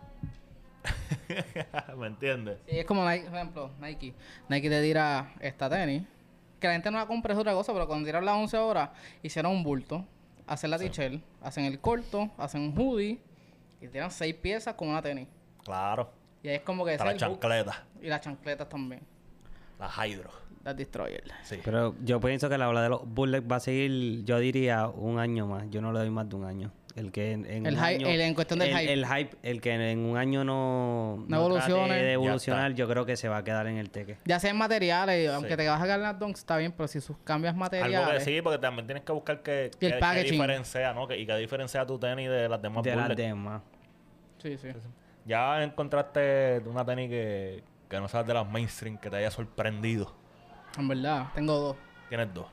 A: ¿Me entiendes?
B: Sí, es como Nike, por ejemplo, Nike. Nike te dirá esta tenis. Que la gente no la compra es otra cosa, pero cuando tiraron las 11 horas, hicieron un bulto, hacen la t-shirt, hacen el corto, hacen un hoodie, Y tiran seis piezas con una tenis.
A: Claro.
B: Y ahí es como que
A: Está
B: ese
A: la
B: es el look.
A: chancleta.
B: Y las chancletas también.
A: La Hydro.
B: Las Destroyer.
A: Sí.
C: Pero yo pienso que la ola de los Bullets va a seguir, yo diría, un año más. Yo no le doy más de un año. El que en, en
B: El
C: un
B: hy-
C: año-
B: el- en cuestión del
C: el-
B: hype.
C: El hype, el que en un año no, trate
B: evolucione.
C: de
B: Ya
C: evolucionar, yo creo que se va a quedar en el teque.
B: Ya sean materiales, aunque
A: Sí.
B: te vas a ganar donks, está bien, pero si sus cambias
A: Algo que
B: materiales.
A: sí, porque también tienes que buscar que,
B: Y el
A: que- que
B: packaging.
A: diferencia, ¿no? Que- y que diferencia tu tenis de las demás
C: De las
A: Bullet.
C: demás.
B: Sí, sí.
A: Ya encontraste una tenis que, que no seas de las mainstream, que te haya sorprendido.
B: En verdad, tengo dos.
A: Tienes dos.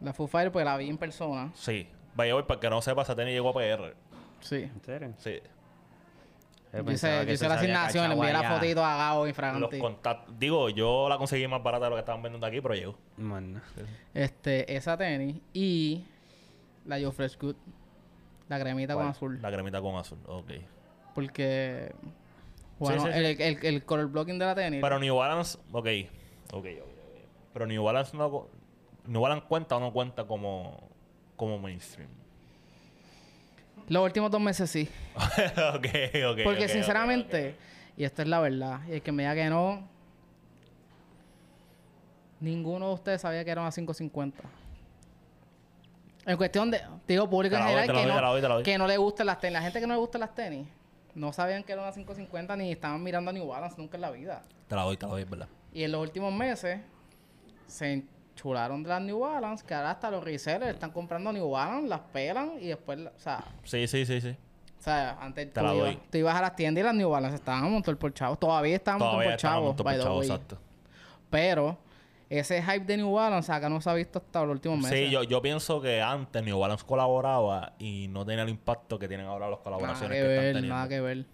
B: La Foo Fighters porque la vi en persona.
A: Sí. Vaya hoy, para que no sepa, esa tenis llegó a PR.
B: Sí.
C: ¿En serio?
A: Sí.
C: Yo
B: Yo
C: pensaba
B: hice,
C: que
B: yo
C: eso
B: hice la
C: se había
B: asignación, le
C: cachado
B: envié la
C: allá.
B: fotito a Gabo
A: Los
B: Infraganti.
A: contactos. Digo, yo la conseguí más barata de lo que estaban vendiendo aquí, pero llegó.
C: Mano.
B: Este, esa tenis y la Joe Fresh Good. La cremita con
A: ¿Cuál?
B: azul. Eh,
A: La cremita con azul, ok.
B: Porque. Bueno,
A: sí, sí.
B: El, el- el color blocking de la tenis.
A: Pero New Balance, ok. Ok, ok, ok. Pero New Balance no. co- New Balance cuenta o no cuenta como, como mainstream. (laughs)
B: Los últimos dos meses sí.
A: ok, ok.
B: Porque
A: ok,
B: sinceramente,
A: ok, ok.
B: y esto es la verdad, y el que me diga que no, ninguno de ustedes sabía que era una 550. En cuestión de, te digo público
A: Te
B: en
A: la doy,
B: general,
A: te la doy, te
B: que,
A: la doy, te la
B: no,
A: doy.
B: que no le gustan las tenis. La gente que no le gustan las tenis, no sabían que era una 550 ni estaban mirando a New Balance nunca en la vida.
A: Te la doy, te la doy, es verdad.
B: Y en los últimos meses, se enchularon de las New Balance, que ahora hasta los resellers están comprando New Balance, las pelan y después, la- o sea...
A: Sí, sí, sí, sí.
B: O sea, antes
A: Te
B: tú,
A: la
B: ibas,
A: doy.
B: tú ibas a las tiendas y las New Balance estaban un montón por chavos. Todavía estaban un montón
A: Todavía
B: por
A: estamos
B: chavos,
A: montos
B: by the
A: pechados,
B: way.
A: exacto.
B: Pero ese hype de New Balance acá no se ha visto hasta los últimos meses.
A: Sí, yo, yo pienso que antes New Balance colaboraba y no tenía el impacto que tienen ahora las
B: Nada que,
A: colaboraciones que, están
B: ver,
A: teniendo.
B: nada que ver.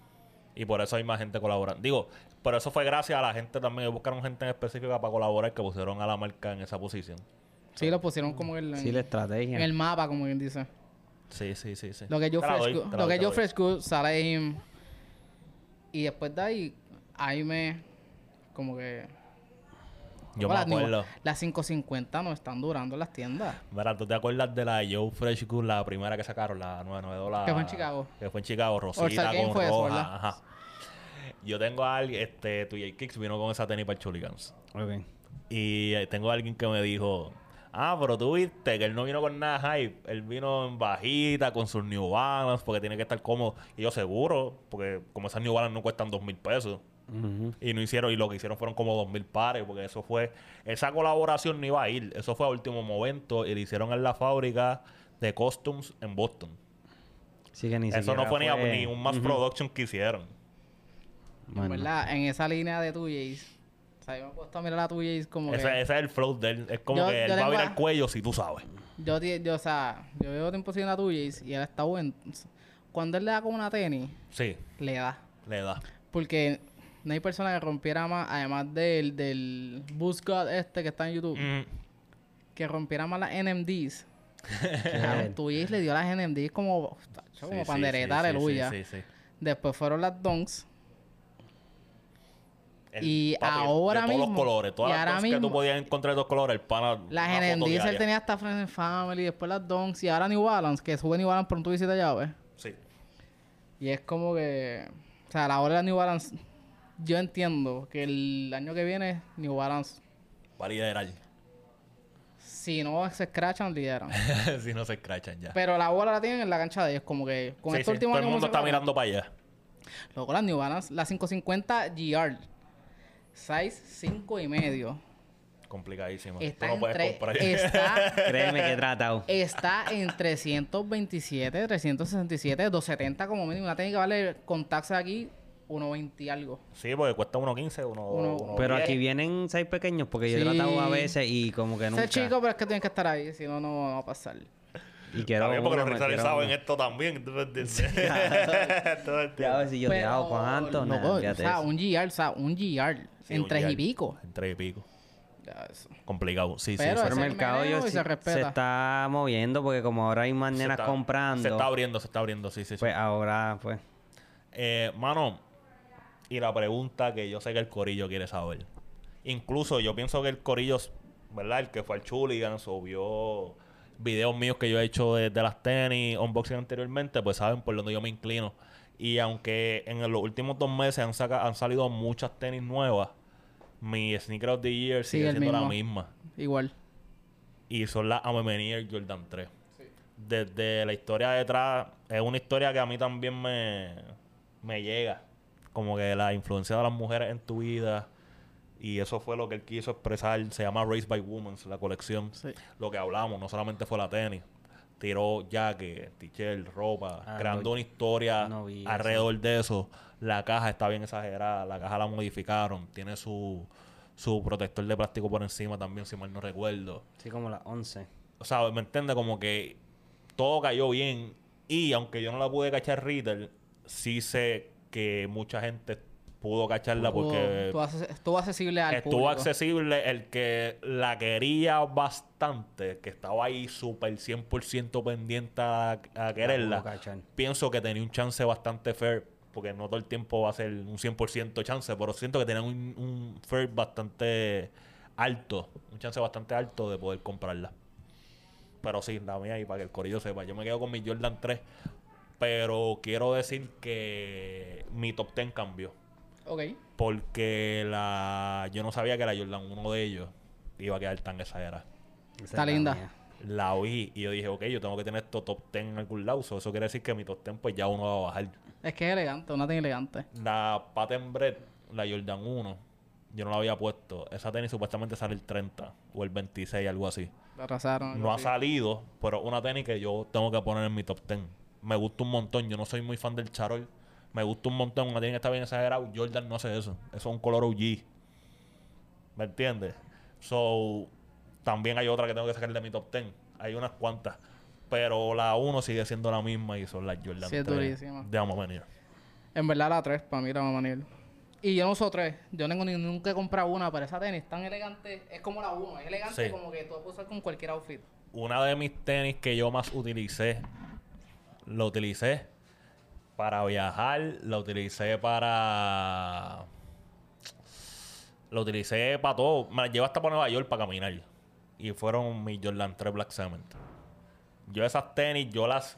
A: Y por eso hay más gente colaborando. Digo, por eso fue gracias a la gente también que buscaron gente en específica para colaborar que pusieron a la marca en esa posición.
B: Sí, lo pusieron como en,
C: Sí, la estrategia.
B: en el mapa, como quien dice.
A: Sí, sí, sí, sí.
B: Lo que yo
A: Te la
B: Fresh
A: doy,
B: Good-
A: te la
B: lo
A: doy,
B: que
A: te la
B: yo
A: doy.
B: Fresh Good, sale ahí. Y después de ahí, ahí me. Como que.
A: Yo me
B: Bueno, las New-
A: acuerdo.
B: Las 550 no están durando en las tiendas.
A: Mira, ¿tú te acuerdas de la Joe Fresh Good, la primera que sacaron, la 992? La...
B: Que fue en Chicago.
A: Que fue en Chicago,
B: All-Star
A: Rosita
B: Game
A: con
B: fue eso,
A: roja,
B: ¿verdad?
A: ajá. Yo tengo a alguien, este, tu J Kicks vino con esa tenis para el Chulicans.
C: Ok.
A: Y eh, tengo a alguien que me dijo, ah, pero tú viste que él no vino con nada hype, él vino en bajita, con sus New Balance, porque tiene que estar cómodo. Y yo seguro, porque como esas New Balance no cuestan dos mil pesos.
C: Ujú.
A: Y no hicieron, y lo que hicieron fueron como dos mil pares, porque eso fue, esa colaboración no iba a ir, eso fue a último momento, y lo hicieron en la fábrica de costumes en Boston.
C: Sí que ni
A: eso no
C: siquiera
A: fue, ni a- ni un mass
C: Ujú.
A: production que hicieron.
B: En
C: Mano.
B: verdad, en esa línea de tuyas. O sea, yo me he puesto a mirar a tuyas como que.
A: Ese, ese es el flow de él, es como
B: Yo-
A: que él va
B: yo
A: a
B: tengo
A: virar
B: a-
A: el cuello si tú sabes.
B: Yo, ti- yo, o sea, yo veo tiempo sin la tuya y, y él está bueno. Cuando él le da con una tenis,
A: Sí,
B: le da.
A: le da.
B: Porque no hay persona que rompiera más, además del, del Boost God este que está en YouTube,
A: Mm.
B: que rompiera más
A: (laughs)
B: las NMDs.
C: Claro.
B: Tuyis le dio las NMDs como, tacho, como pandereta, aleluya. Después fueron las Donks.
A: El-
B: Y ahora
A: de todos
B: mismo-
A: los colores, todas
B: y
A: las
B: ahora
A: cosas que tú
B: mismo-
A: podías encontrar de los colores, el pana.
B: Las
A: una foto
B: NMDs él
A: diaria.
B: tenía hasta Friends and Family, después las Donks y ahora New Balance, que sube New Balance por un tuyo y te llave.
A: Sí.
B: Y es como que. O sea, a la hora de la New Balance. Yo entiendo que el año que viene, New Balance,
A: Va a liderar.
B: si no se
A: (laughs)
B: escrachan, lideran.
A: si no se escrachan ya.
B: Pero la bola la tienen en la cancha de ellos, como que. Con
A: Sí, sí,
B: este último
A: Todo el
B: año,
A: mundo
B: ¿cómo
A: está
B: se ganan?
A: mirando para allá.
B: Luego las New Balance, la 550 GR. Size 5 y medio.
A: Complicadísimo. tú
B: Está,
A: no
B: en
A: puedes
B: tre-
A: comprar.
B: está,
C: Créeme que he tratado.
B: Eh, está en 327, 367, 270 como mínimo. Una técnica vale con taxes aquí 120 y algo.
A: (laughs) sí, porque cuesta 1.15,
B: Uno-
A: 1.10.
C: Pero aquí vienen seis pequeños porque yo he
B: Sí.
C: tratado a veces y como que
B: Ese
C: nunca.
B: chico, pero es que tienen que estar ahí, si no, no va a pasar.
C: Y quiero
A: Está bien, porque
C: una,
A: los
C: me
A: risales
C: quiero
A: saben
C: una.
A: esto también. tú me entiendes. (laughs) Todo el
C: Ya,
A: tiempo.
C: a ver si yo te
B: Pero,
C: hago cuánto.
B: loco,
C: Nah,
B: o
C: fíjate
B: sea,
C: eso.
B: un GR, o sea, un GR.
A: Sí,
B: en
A: un
B: tres y
A: yard.
B: pico.
A: En tres y pico.
B: Ya, eso.
A: Complicado. Sí,
B: Pero
A: sí.
C: Pero
B: ese
C: el mercado
B: meneo
C: yo
B: y se
C: sí- se,
B: respeta.
C: está moviendo porque como ahora hay más
A: Se
C: nenas
A: está-
C: comprando,
A: Se está abriendo, se está abriendo. Sí, sí, sí.
C: pues ahora pues
A: Eh, mano, y la pregunta que yo sé que el Corillo quiere saber. Incluso yo pienso que el Corillo, ¿verdad? El que fue al Chuligans o vio videos míos que yo he hecho de, de las tenis, unboxing anteriormente, pues saben por dónde yo me inclino. Y aunque en los últimos dos meses han, saca- han salido muchas tenis nuevas, mi Sneaker of the Year
B: Sí,
A: sigue
B: el
A: siendo la
B: mismo.
A: misma.
B: Igual.
A: Y son las AMM Air Jordan 3. Desde la historia detrás, es una historia que a mí también me, me llega. Como que la influencia de las mujeres en tu vida. Y eso fue lo que él quiso expresar. Se llama Race by Women, la colección.
B: Sí.
A: Lo que hablamos, no solamente fue la tenis. Tiró jacket, t-shirt, ropa,
C: Ah,
A: creando
C: no-
A: una historia
C: no vi eso.
A: alrededor de eso. La caja está bien exagerada, la caja la modificaron, tiene su, su protector de plástico por encima también, si mal no recuerdo.
C: Sí, como las 11.
A: O sea, ¿me entiendes? Como que todo cayó bien. Y aunque yo no la pude cachar retail, sí sé que mucha gente pudo cacharla porque
B: Estuvo, estuvo aces- estuvo accesible al
A: estuvo
B: público.
A: accesible. El que la quería bastante, que estaba ahí súper 100% pendiente a, a quererla,
C: pudo cachar.
A: pienso que tenía un chance bastante fair. Porque no todo el tiempo va a ser un 100% chance, pero siento que tenía un, un fair bastante alto, un chance bastante alto de poder comprarla. Pero sí, la mía, y para que el corillo sepa, yo me quedo con mi Jordan 3. Pero quiero decir que mi top 10 cambió.
B: Ok.
A: Porque la yo no sabía que la Jordan uno de ellos iba a quedar tan exagerada.
C: Esa
B: Está
C: es la
B: linda.
C: mía.
A: La oí y yo dije, ok, yo tengo que tener esto top 10 en algún lado. So, eso quiere decir que mi top 10 pues ya uno va a bajar.
B: Es que es elegante, una tenis elegante.
A: La Patent Bread, la Jordan 1, yo no la había puesto. Esa tenis supuestamente sale el 30 o el 26, algo así.
B: La arrasaron. algo
A: No ha
B: así.
A: salido, pero una tenis que yo tengo que poner en mi top 10. Me gusta un montón. Yo no soy muy fan del charol. Me gusta un montón. Una tenis que está bien exagerada. Jordan no hace eso. Eso es un color OG. ¿Me entiendes? So, también hay otra que tengo que sacar de mi top 10. Hay unas cuantas. Pero la 1 sigue siendo la misma y son las Jordan
B: Sí, es
A: 3
B: durísima.
A: de Amazon Air.
B: En verdad la 3, para mí la mamá Niel. Y yo no uso 3. Yo tengo ni- nunca he comprado una, pero esa tenis tan elegante. Es como la 1. Es elegante
A: Sí.
B: como que tú la puedes usar con cualquier outfit.
A: una de mis tenis que yo más utilicé, la utilicé para viajar, la utilicé para... La utilicé para todo. Me la llevé hasta para Nueva York para caminar. Y fueron mis Jordan 3 Black Cement. Yo esas tenis, yo las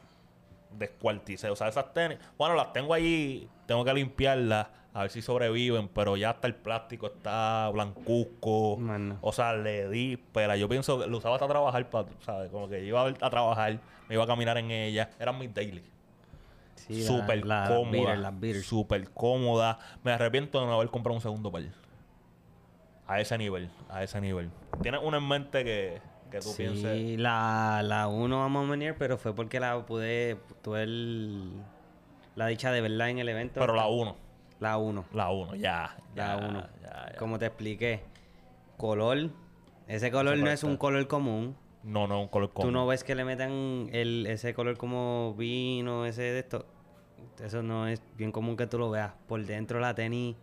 A: descuarticé. O sea, esas tenis... Bueno, las tengo allí, tengo que limpiarlas, a ver si sobreviven, pero ya hasta el plástico está blancuzco.
C: Mano.
A: O sea, le di pela. Yo pienso que lo usaba hasta trabajar, pa- ¿sabes? Como que iba a trabajar, me iba a caminar en ella. Eran mis daily.
C: Sí, la-
A: súper
C: la
A: cómoda.
C: Beater, las Beater.
A: súper cómoda. Me arrepiento de no haber comprado un segundo par. A ese nivel, a ese nivel. ¿Tienes una en mente que, que tú pienses?
C: Sí, la, la 1 vamos a venir, pero fue porque la pude, tuve el- la dicha de verla en el evento.
A: Pero la uno,
C: La 1.
A: la uno, ya.
C: La
A: ya,
C: 1.
A: ya, ya.
C: Como te expliqué, color. Ese color
A: Ese
C: no
A: color
C: es un
A: está-
C: color común.
A: No, no, un color
C: Tú
A: cómodo.
C: no ves que le metan el, ese color como vino, ese de esto. Eso no es bien común que tú lo veas. Por dentro la tenis.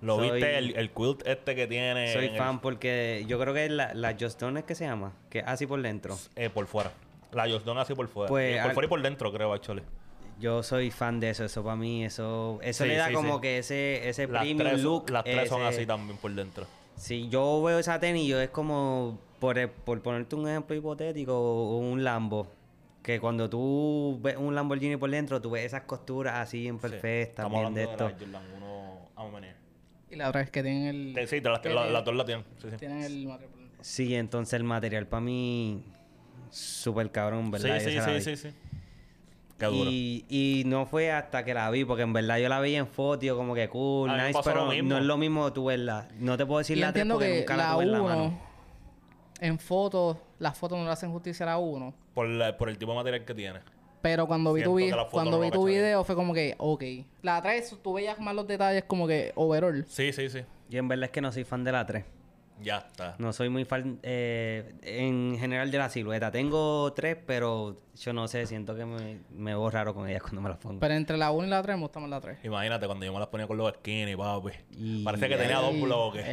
A: Lo
C: soy-
A: viste, el, el quilt este que tiene.
C: Soy
A: en el-
C: fan porque yo creo que la, la Just Don es que se llama, que es así por dentro.
A: eh, por fuera. La Jordan así por fuera.
C: Pues,
A: Eh, por
C: al- Eh,
A: fuera y por dentro, creo, actually.
C: Yo soy fan de eso, eso para mí, eso, eso
A: Sí,
C: le da
A: sí,
C: como
A: sí.
C: que ese, ese
A: Las
C: premium
A: tres,
C: look.
A: las tres son
C: ese-
A: así también por dentro.
C: Si yo veo esa tenis, yo es como, por, e, por ponerte un ejemplo hipotético, un Lambo. Que cuando tú ves un Lamborghini por dentro, tú ves esas costuras así bien
A: Sí.
C: perfectas,
A: Estamos
C: bien
A: hablando
C: de esto.
A: la Jordan 1 Amen Air.
B: Y la otra es que tienen el.
A: Sí, te las-
B: que
A: la- las dos la tienen. Sí, sí.
B: Tienen el material por dentro.
C: Sí, entonces el material para mí, súper cabrón, ¿verdad? Yo
A: Sí, sí,
C: se la
A: sí,
C: di.
A: sí, sí. Qué duro.
C: Y, y no fue hasta que la vi, porque en verdad yo la vi en foto, y yo como que cool,
A: A mí me
C: nice,
A: pasó lo
C: pero
A: mismo.
C: no es lo mismo tú verla. No te puedo decir
B: Y yo
C: la tres
B: entiendo
C: porque
B: que
C: nunca la
B: la
C: tuve en la mano.
B: 1, en fotos, las fotos no le hacen justicia a la 1.
A: Por, la- por el tipo de material que tiene.
B: Pero cuando vi
A: Siento
B: tu, vi-
A: que la foto
B: cuando
A: no
B: vi
A: lo
B: tu
A: cacharon.
B: video fue como que, ok. La 3, tú veías más los detalles como que overall.
A: Sí, sí, sí.
C: Yo en verdad es que no soy fan de la 3.
A: Ya está.
C: No soy muy fan eh, en general de la silueta. Tengo tres, pero yo no sé, siento que me, me veo raro con ellas cuando me las pongo.
B: Pero entre la 1 y la 3 me gusta más la 3.
A: Imagínate cuando yo me las ponía con los skinny, papi.
C: Y- eh.
A: Parece que tenía dos bloques.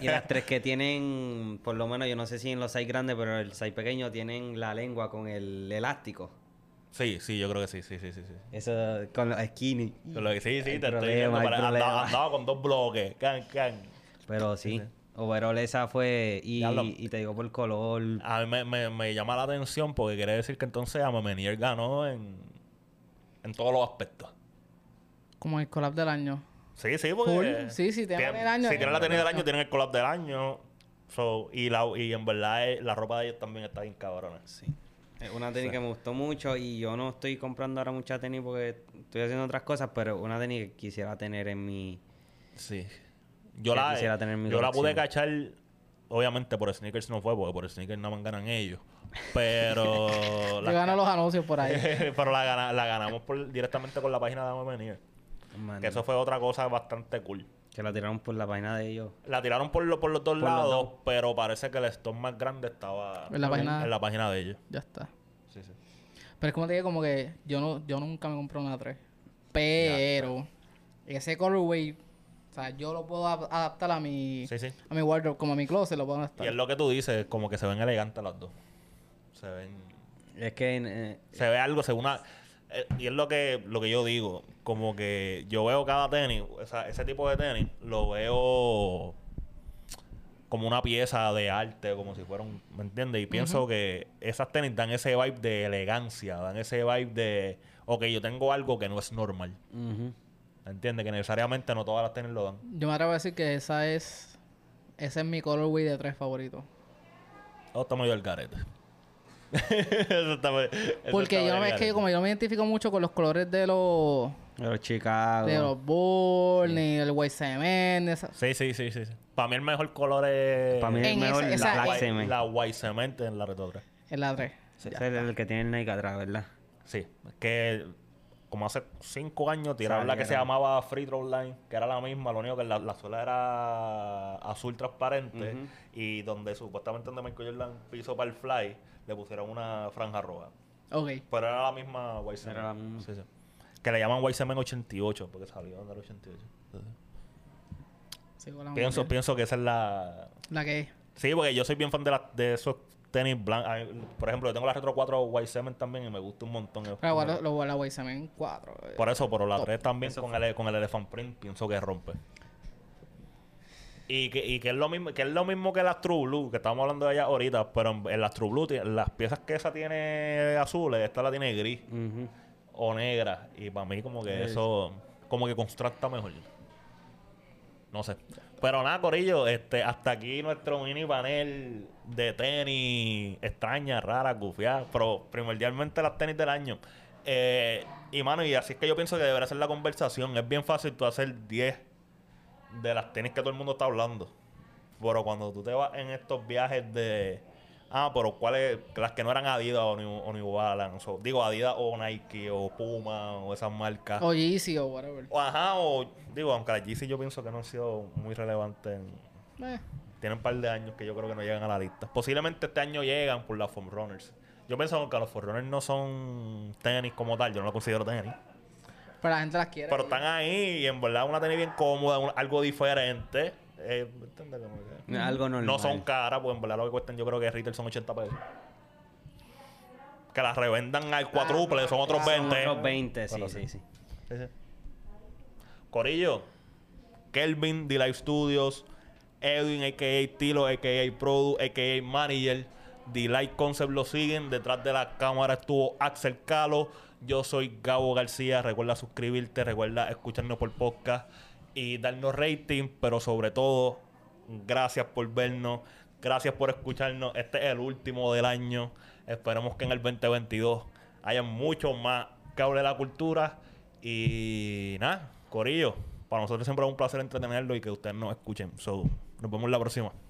C: y las tres que tienen, por lo menos yo no sé si en los seis grandes, pero el seis pequeño tienen la lengua con el elástico.
A: Sí, sí, yo creo que sí, sí, sí, sí. sí.
C: Eso con los skinny.
A: Yo lo que- Sí, sí,
C: Hay
A: te estoy
C: problema,
A: diciendo.
C: hay
A: pare- Andaba,
C: problema. Mm.
A: andaba con dos bloques. Can, can.
C: Pero sí, overall esa fue y,
A: Diablo.
C: y te digo por color.
A: A mí me, me- me llama la atención porque quiere decir que entonces Amamenier ganó en, en todos los aspectos.
B: Como el collab del año.
A: Sí, sí,
B: Full.
A: porque.
B: Sí, sí, tema
A: tienen-
B: del año, eh,
A: Si
B: tema
A: tienen la
B: del
A: tenis del
B: año.
A: año, tienen el collab del año. So, y, la, y en verdad, eh, la ropa de ellos también está bien cabrona.
C: Sí. Es una tenis que me gustó mucho y yo no estoy comprando ahora mucha tenis porque estoy haciendo otras cosas, pero es una tenis que quisiera tener en mi...
A: Sí. Yo
C: Ya
A: la,
C: quisiera tener mi
A: yo la pude
C: colección.
A: cachar, obviamente por sneakers no fue, porque por sneakers no me ganan ellos.
B: (laughs)
A: Pero.
B: Yo gano los anuncios por ahí.
A: (laughs) pero la, gana- la ganamos por, directamente con la página de Avenir.
C: Man,
A: Que eso fue otra cosa bastante cool.
C: que la tiraron por la página de ellos.
A: La tiraron por, lo- por los dos
C: los
A: lados,
C: dos.
A: pero parece que el stock más grande estaba
B: En la página-
A: en la página de ellos.
B: Ya está.
A: Sí, sí.
B: Pero es como te digo, como que yo no, yo nunca me compré una 3. Pero ese colorway, o sea, yo lo puedo ad- adaptar a mi,
A: Sí, sí.
B: a mi wardrobe, como a mi closet, lo puedo
A: Y
B: adaptar.
A: es lo que tú dices, como que se ven elegantes las dos. Se ven.
C: Es que... eh,
A: se ve algo, se ve una... eh, y es lo que, lo que yo digo, como que yo veo cada tenis, o sea, ese tipo de tenis, lo veo como una pieza de arte, como si fuera un... ¿Me entiendes? Y pienso que esas tenis dan ese vibe de elegancia, dan ese vibe de, ok, yo tengo algo que no es normal,
C: ujú.
A: ¿me entiendes? Que necesariamente no todas las tenis lo dan.
B: Yo me atrevo a decir que esa es, ese es mi colorway de 3 favorito.
A: Oh, está medio el carete. (laughs) Eso está medio- eso
B: Porque
A: está
B: yo
A: medio
B: no me,
A: el
B: es que
A: garete.
B: como yo no me identifico mucho con los colores de los,
C: De los Chicago.
B: de los Bulls, ni el White Cement, esa-
A: Sí, sí, sí, sí. Para mí el mejor color es...
C: Para mí es
B: En
C: mejor
B: ese-
C: la
B: esa-
C: Black
A: White-
C: Cement.
A: La White Cement en la Retro 3.
B: en la 3.
C: Ese es el que tiene el Nike atrás, ¿verdad?
A: Sí. Que como hace cinco años tiraron la que se
C: Salieron.
A: llamaba Free Throw Line, que era la misma, lo único que la, la suela era azul transparente y donde supuestamente donde Michael Jordan pisó para el fly, le pusieron una franja roja.
B: Ok.
A: Pero era la misma White Cement.
C: la misma.
A: Sí, sí. Que le llaman White Cement 88 porque salió en el 88. Entonces,
B: Sigo la
A: pienso,
B: mujer.
A: pienso que esa es la,
B: La que es.
A: Sí, porque yo soy bien fan de, la- de esos tenis blancos. Por ejemplo, yo tengo la Retro 4 White Seven también y me gusta un montón. Es
B: Pero
A: como-
B: Ah, bueno, lo, la White Cement 4. eh.
A: Por eso, pero la
B: Top.
A: 3 también con el, con el Elephant Print pienso que rompe. Y que, y que es lo mismo que es lo mismo que las True Blue, que estábamos hablando de ellas ahorita, pero en, en las True Blue ti- las piezas que esa tiene azules, esta la tiene gris
C: Ujú.
A: o negra. Y para mí como que eso, como que contrasta mejor. No sé. Pero nada, Corillo, este, hasta aquí nuestro mini panel de tenis extrañas, raras, gufiadas, pero primordialmente las tenis del año. Eh, y mano, y así es que yo pienso que deberá ser la conversación. Es bien fácil tú hacer 10 de las tenis que todo el mundo está hablando. Pero cuando tú te vas en estos viajes de. Ah, pero cuáles. Las que no eran Adidas o New, o New Balance. o- digo, Adidas o Nike o Puma o esas marcas.
B: O Yeezy o whatever.
A: O, ajá, o. Digo, aunque las Yeezy yo pienso que no han sido muy relevantes. en-
B: Eh.
A: tienen un par de años que yo creo que no llegan a la lista. Posiblemente este año llegan por las Runners. Yo pienso que los Runners no son tenis como tal. Yo no lo considero tenis.
B: Pero la gente las quiere.
A: Pero están ahí y en verdad una tenis bien cómoda, un- algo diferente. Eh, ¿me entiendes? Como que-
C: Algo normal.
A: no son caras, pues en verdad lo que cuestan yo creo que retail son 80 pesos. Que las revendan al cuádruple, son otros
B: claro,
A: 20.
C: Ah, Son otros 20, sí,
A: Pero
C: sí, sí.
A: Sí, sí. Corillo, Kelvin, d Live Studios, Edwin, a.k.a. Tilo, a.k.a. Produ, a.k.a. Manager, D-Live Concept lo siguen. Detrás de la cámara estuvo Axel Calo. Yo soy Gabo García. Recuerda suscribirte, recuerda escucharnos por podcast y darnos rating, pero sobre todo, gracias por vernos. Gracias por escucharnos. Este es el último del año. Esperemos que en el 2022 haya mucho más que hable de la cultura. Y nada, Corillo, para nosotros siempre es un placer entretenerlo y que ustedes nos escuchen. So, nos vemos la próxima.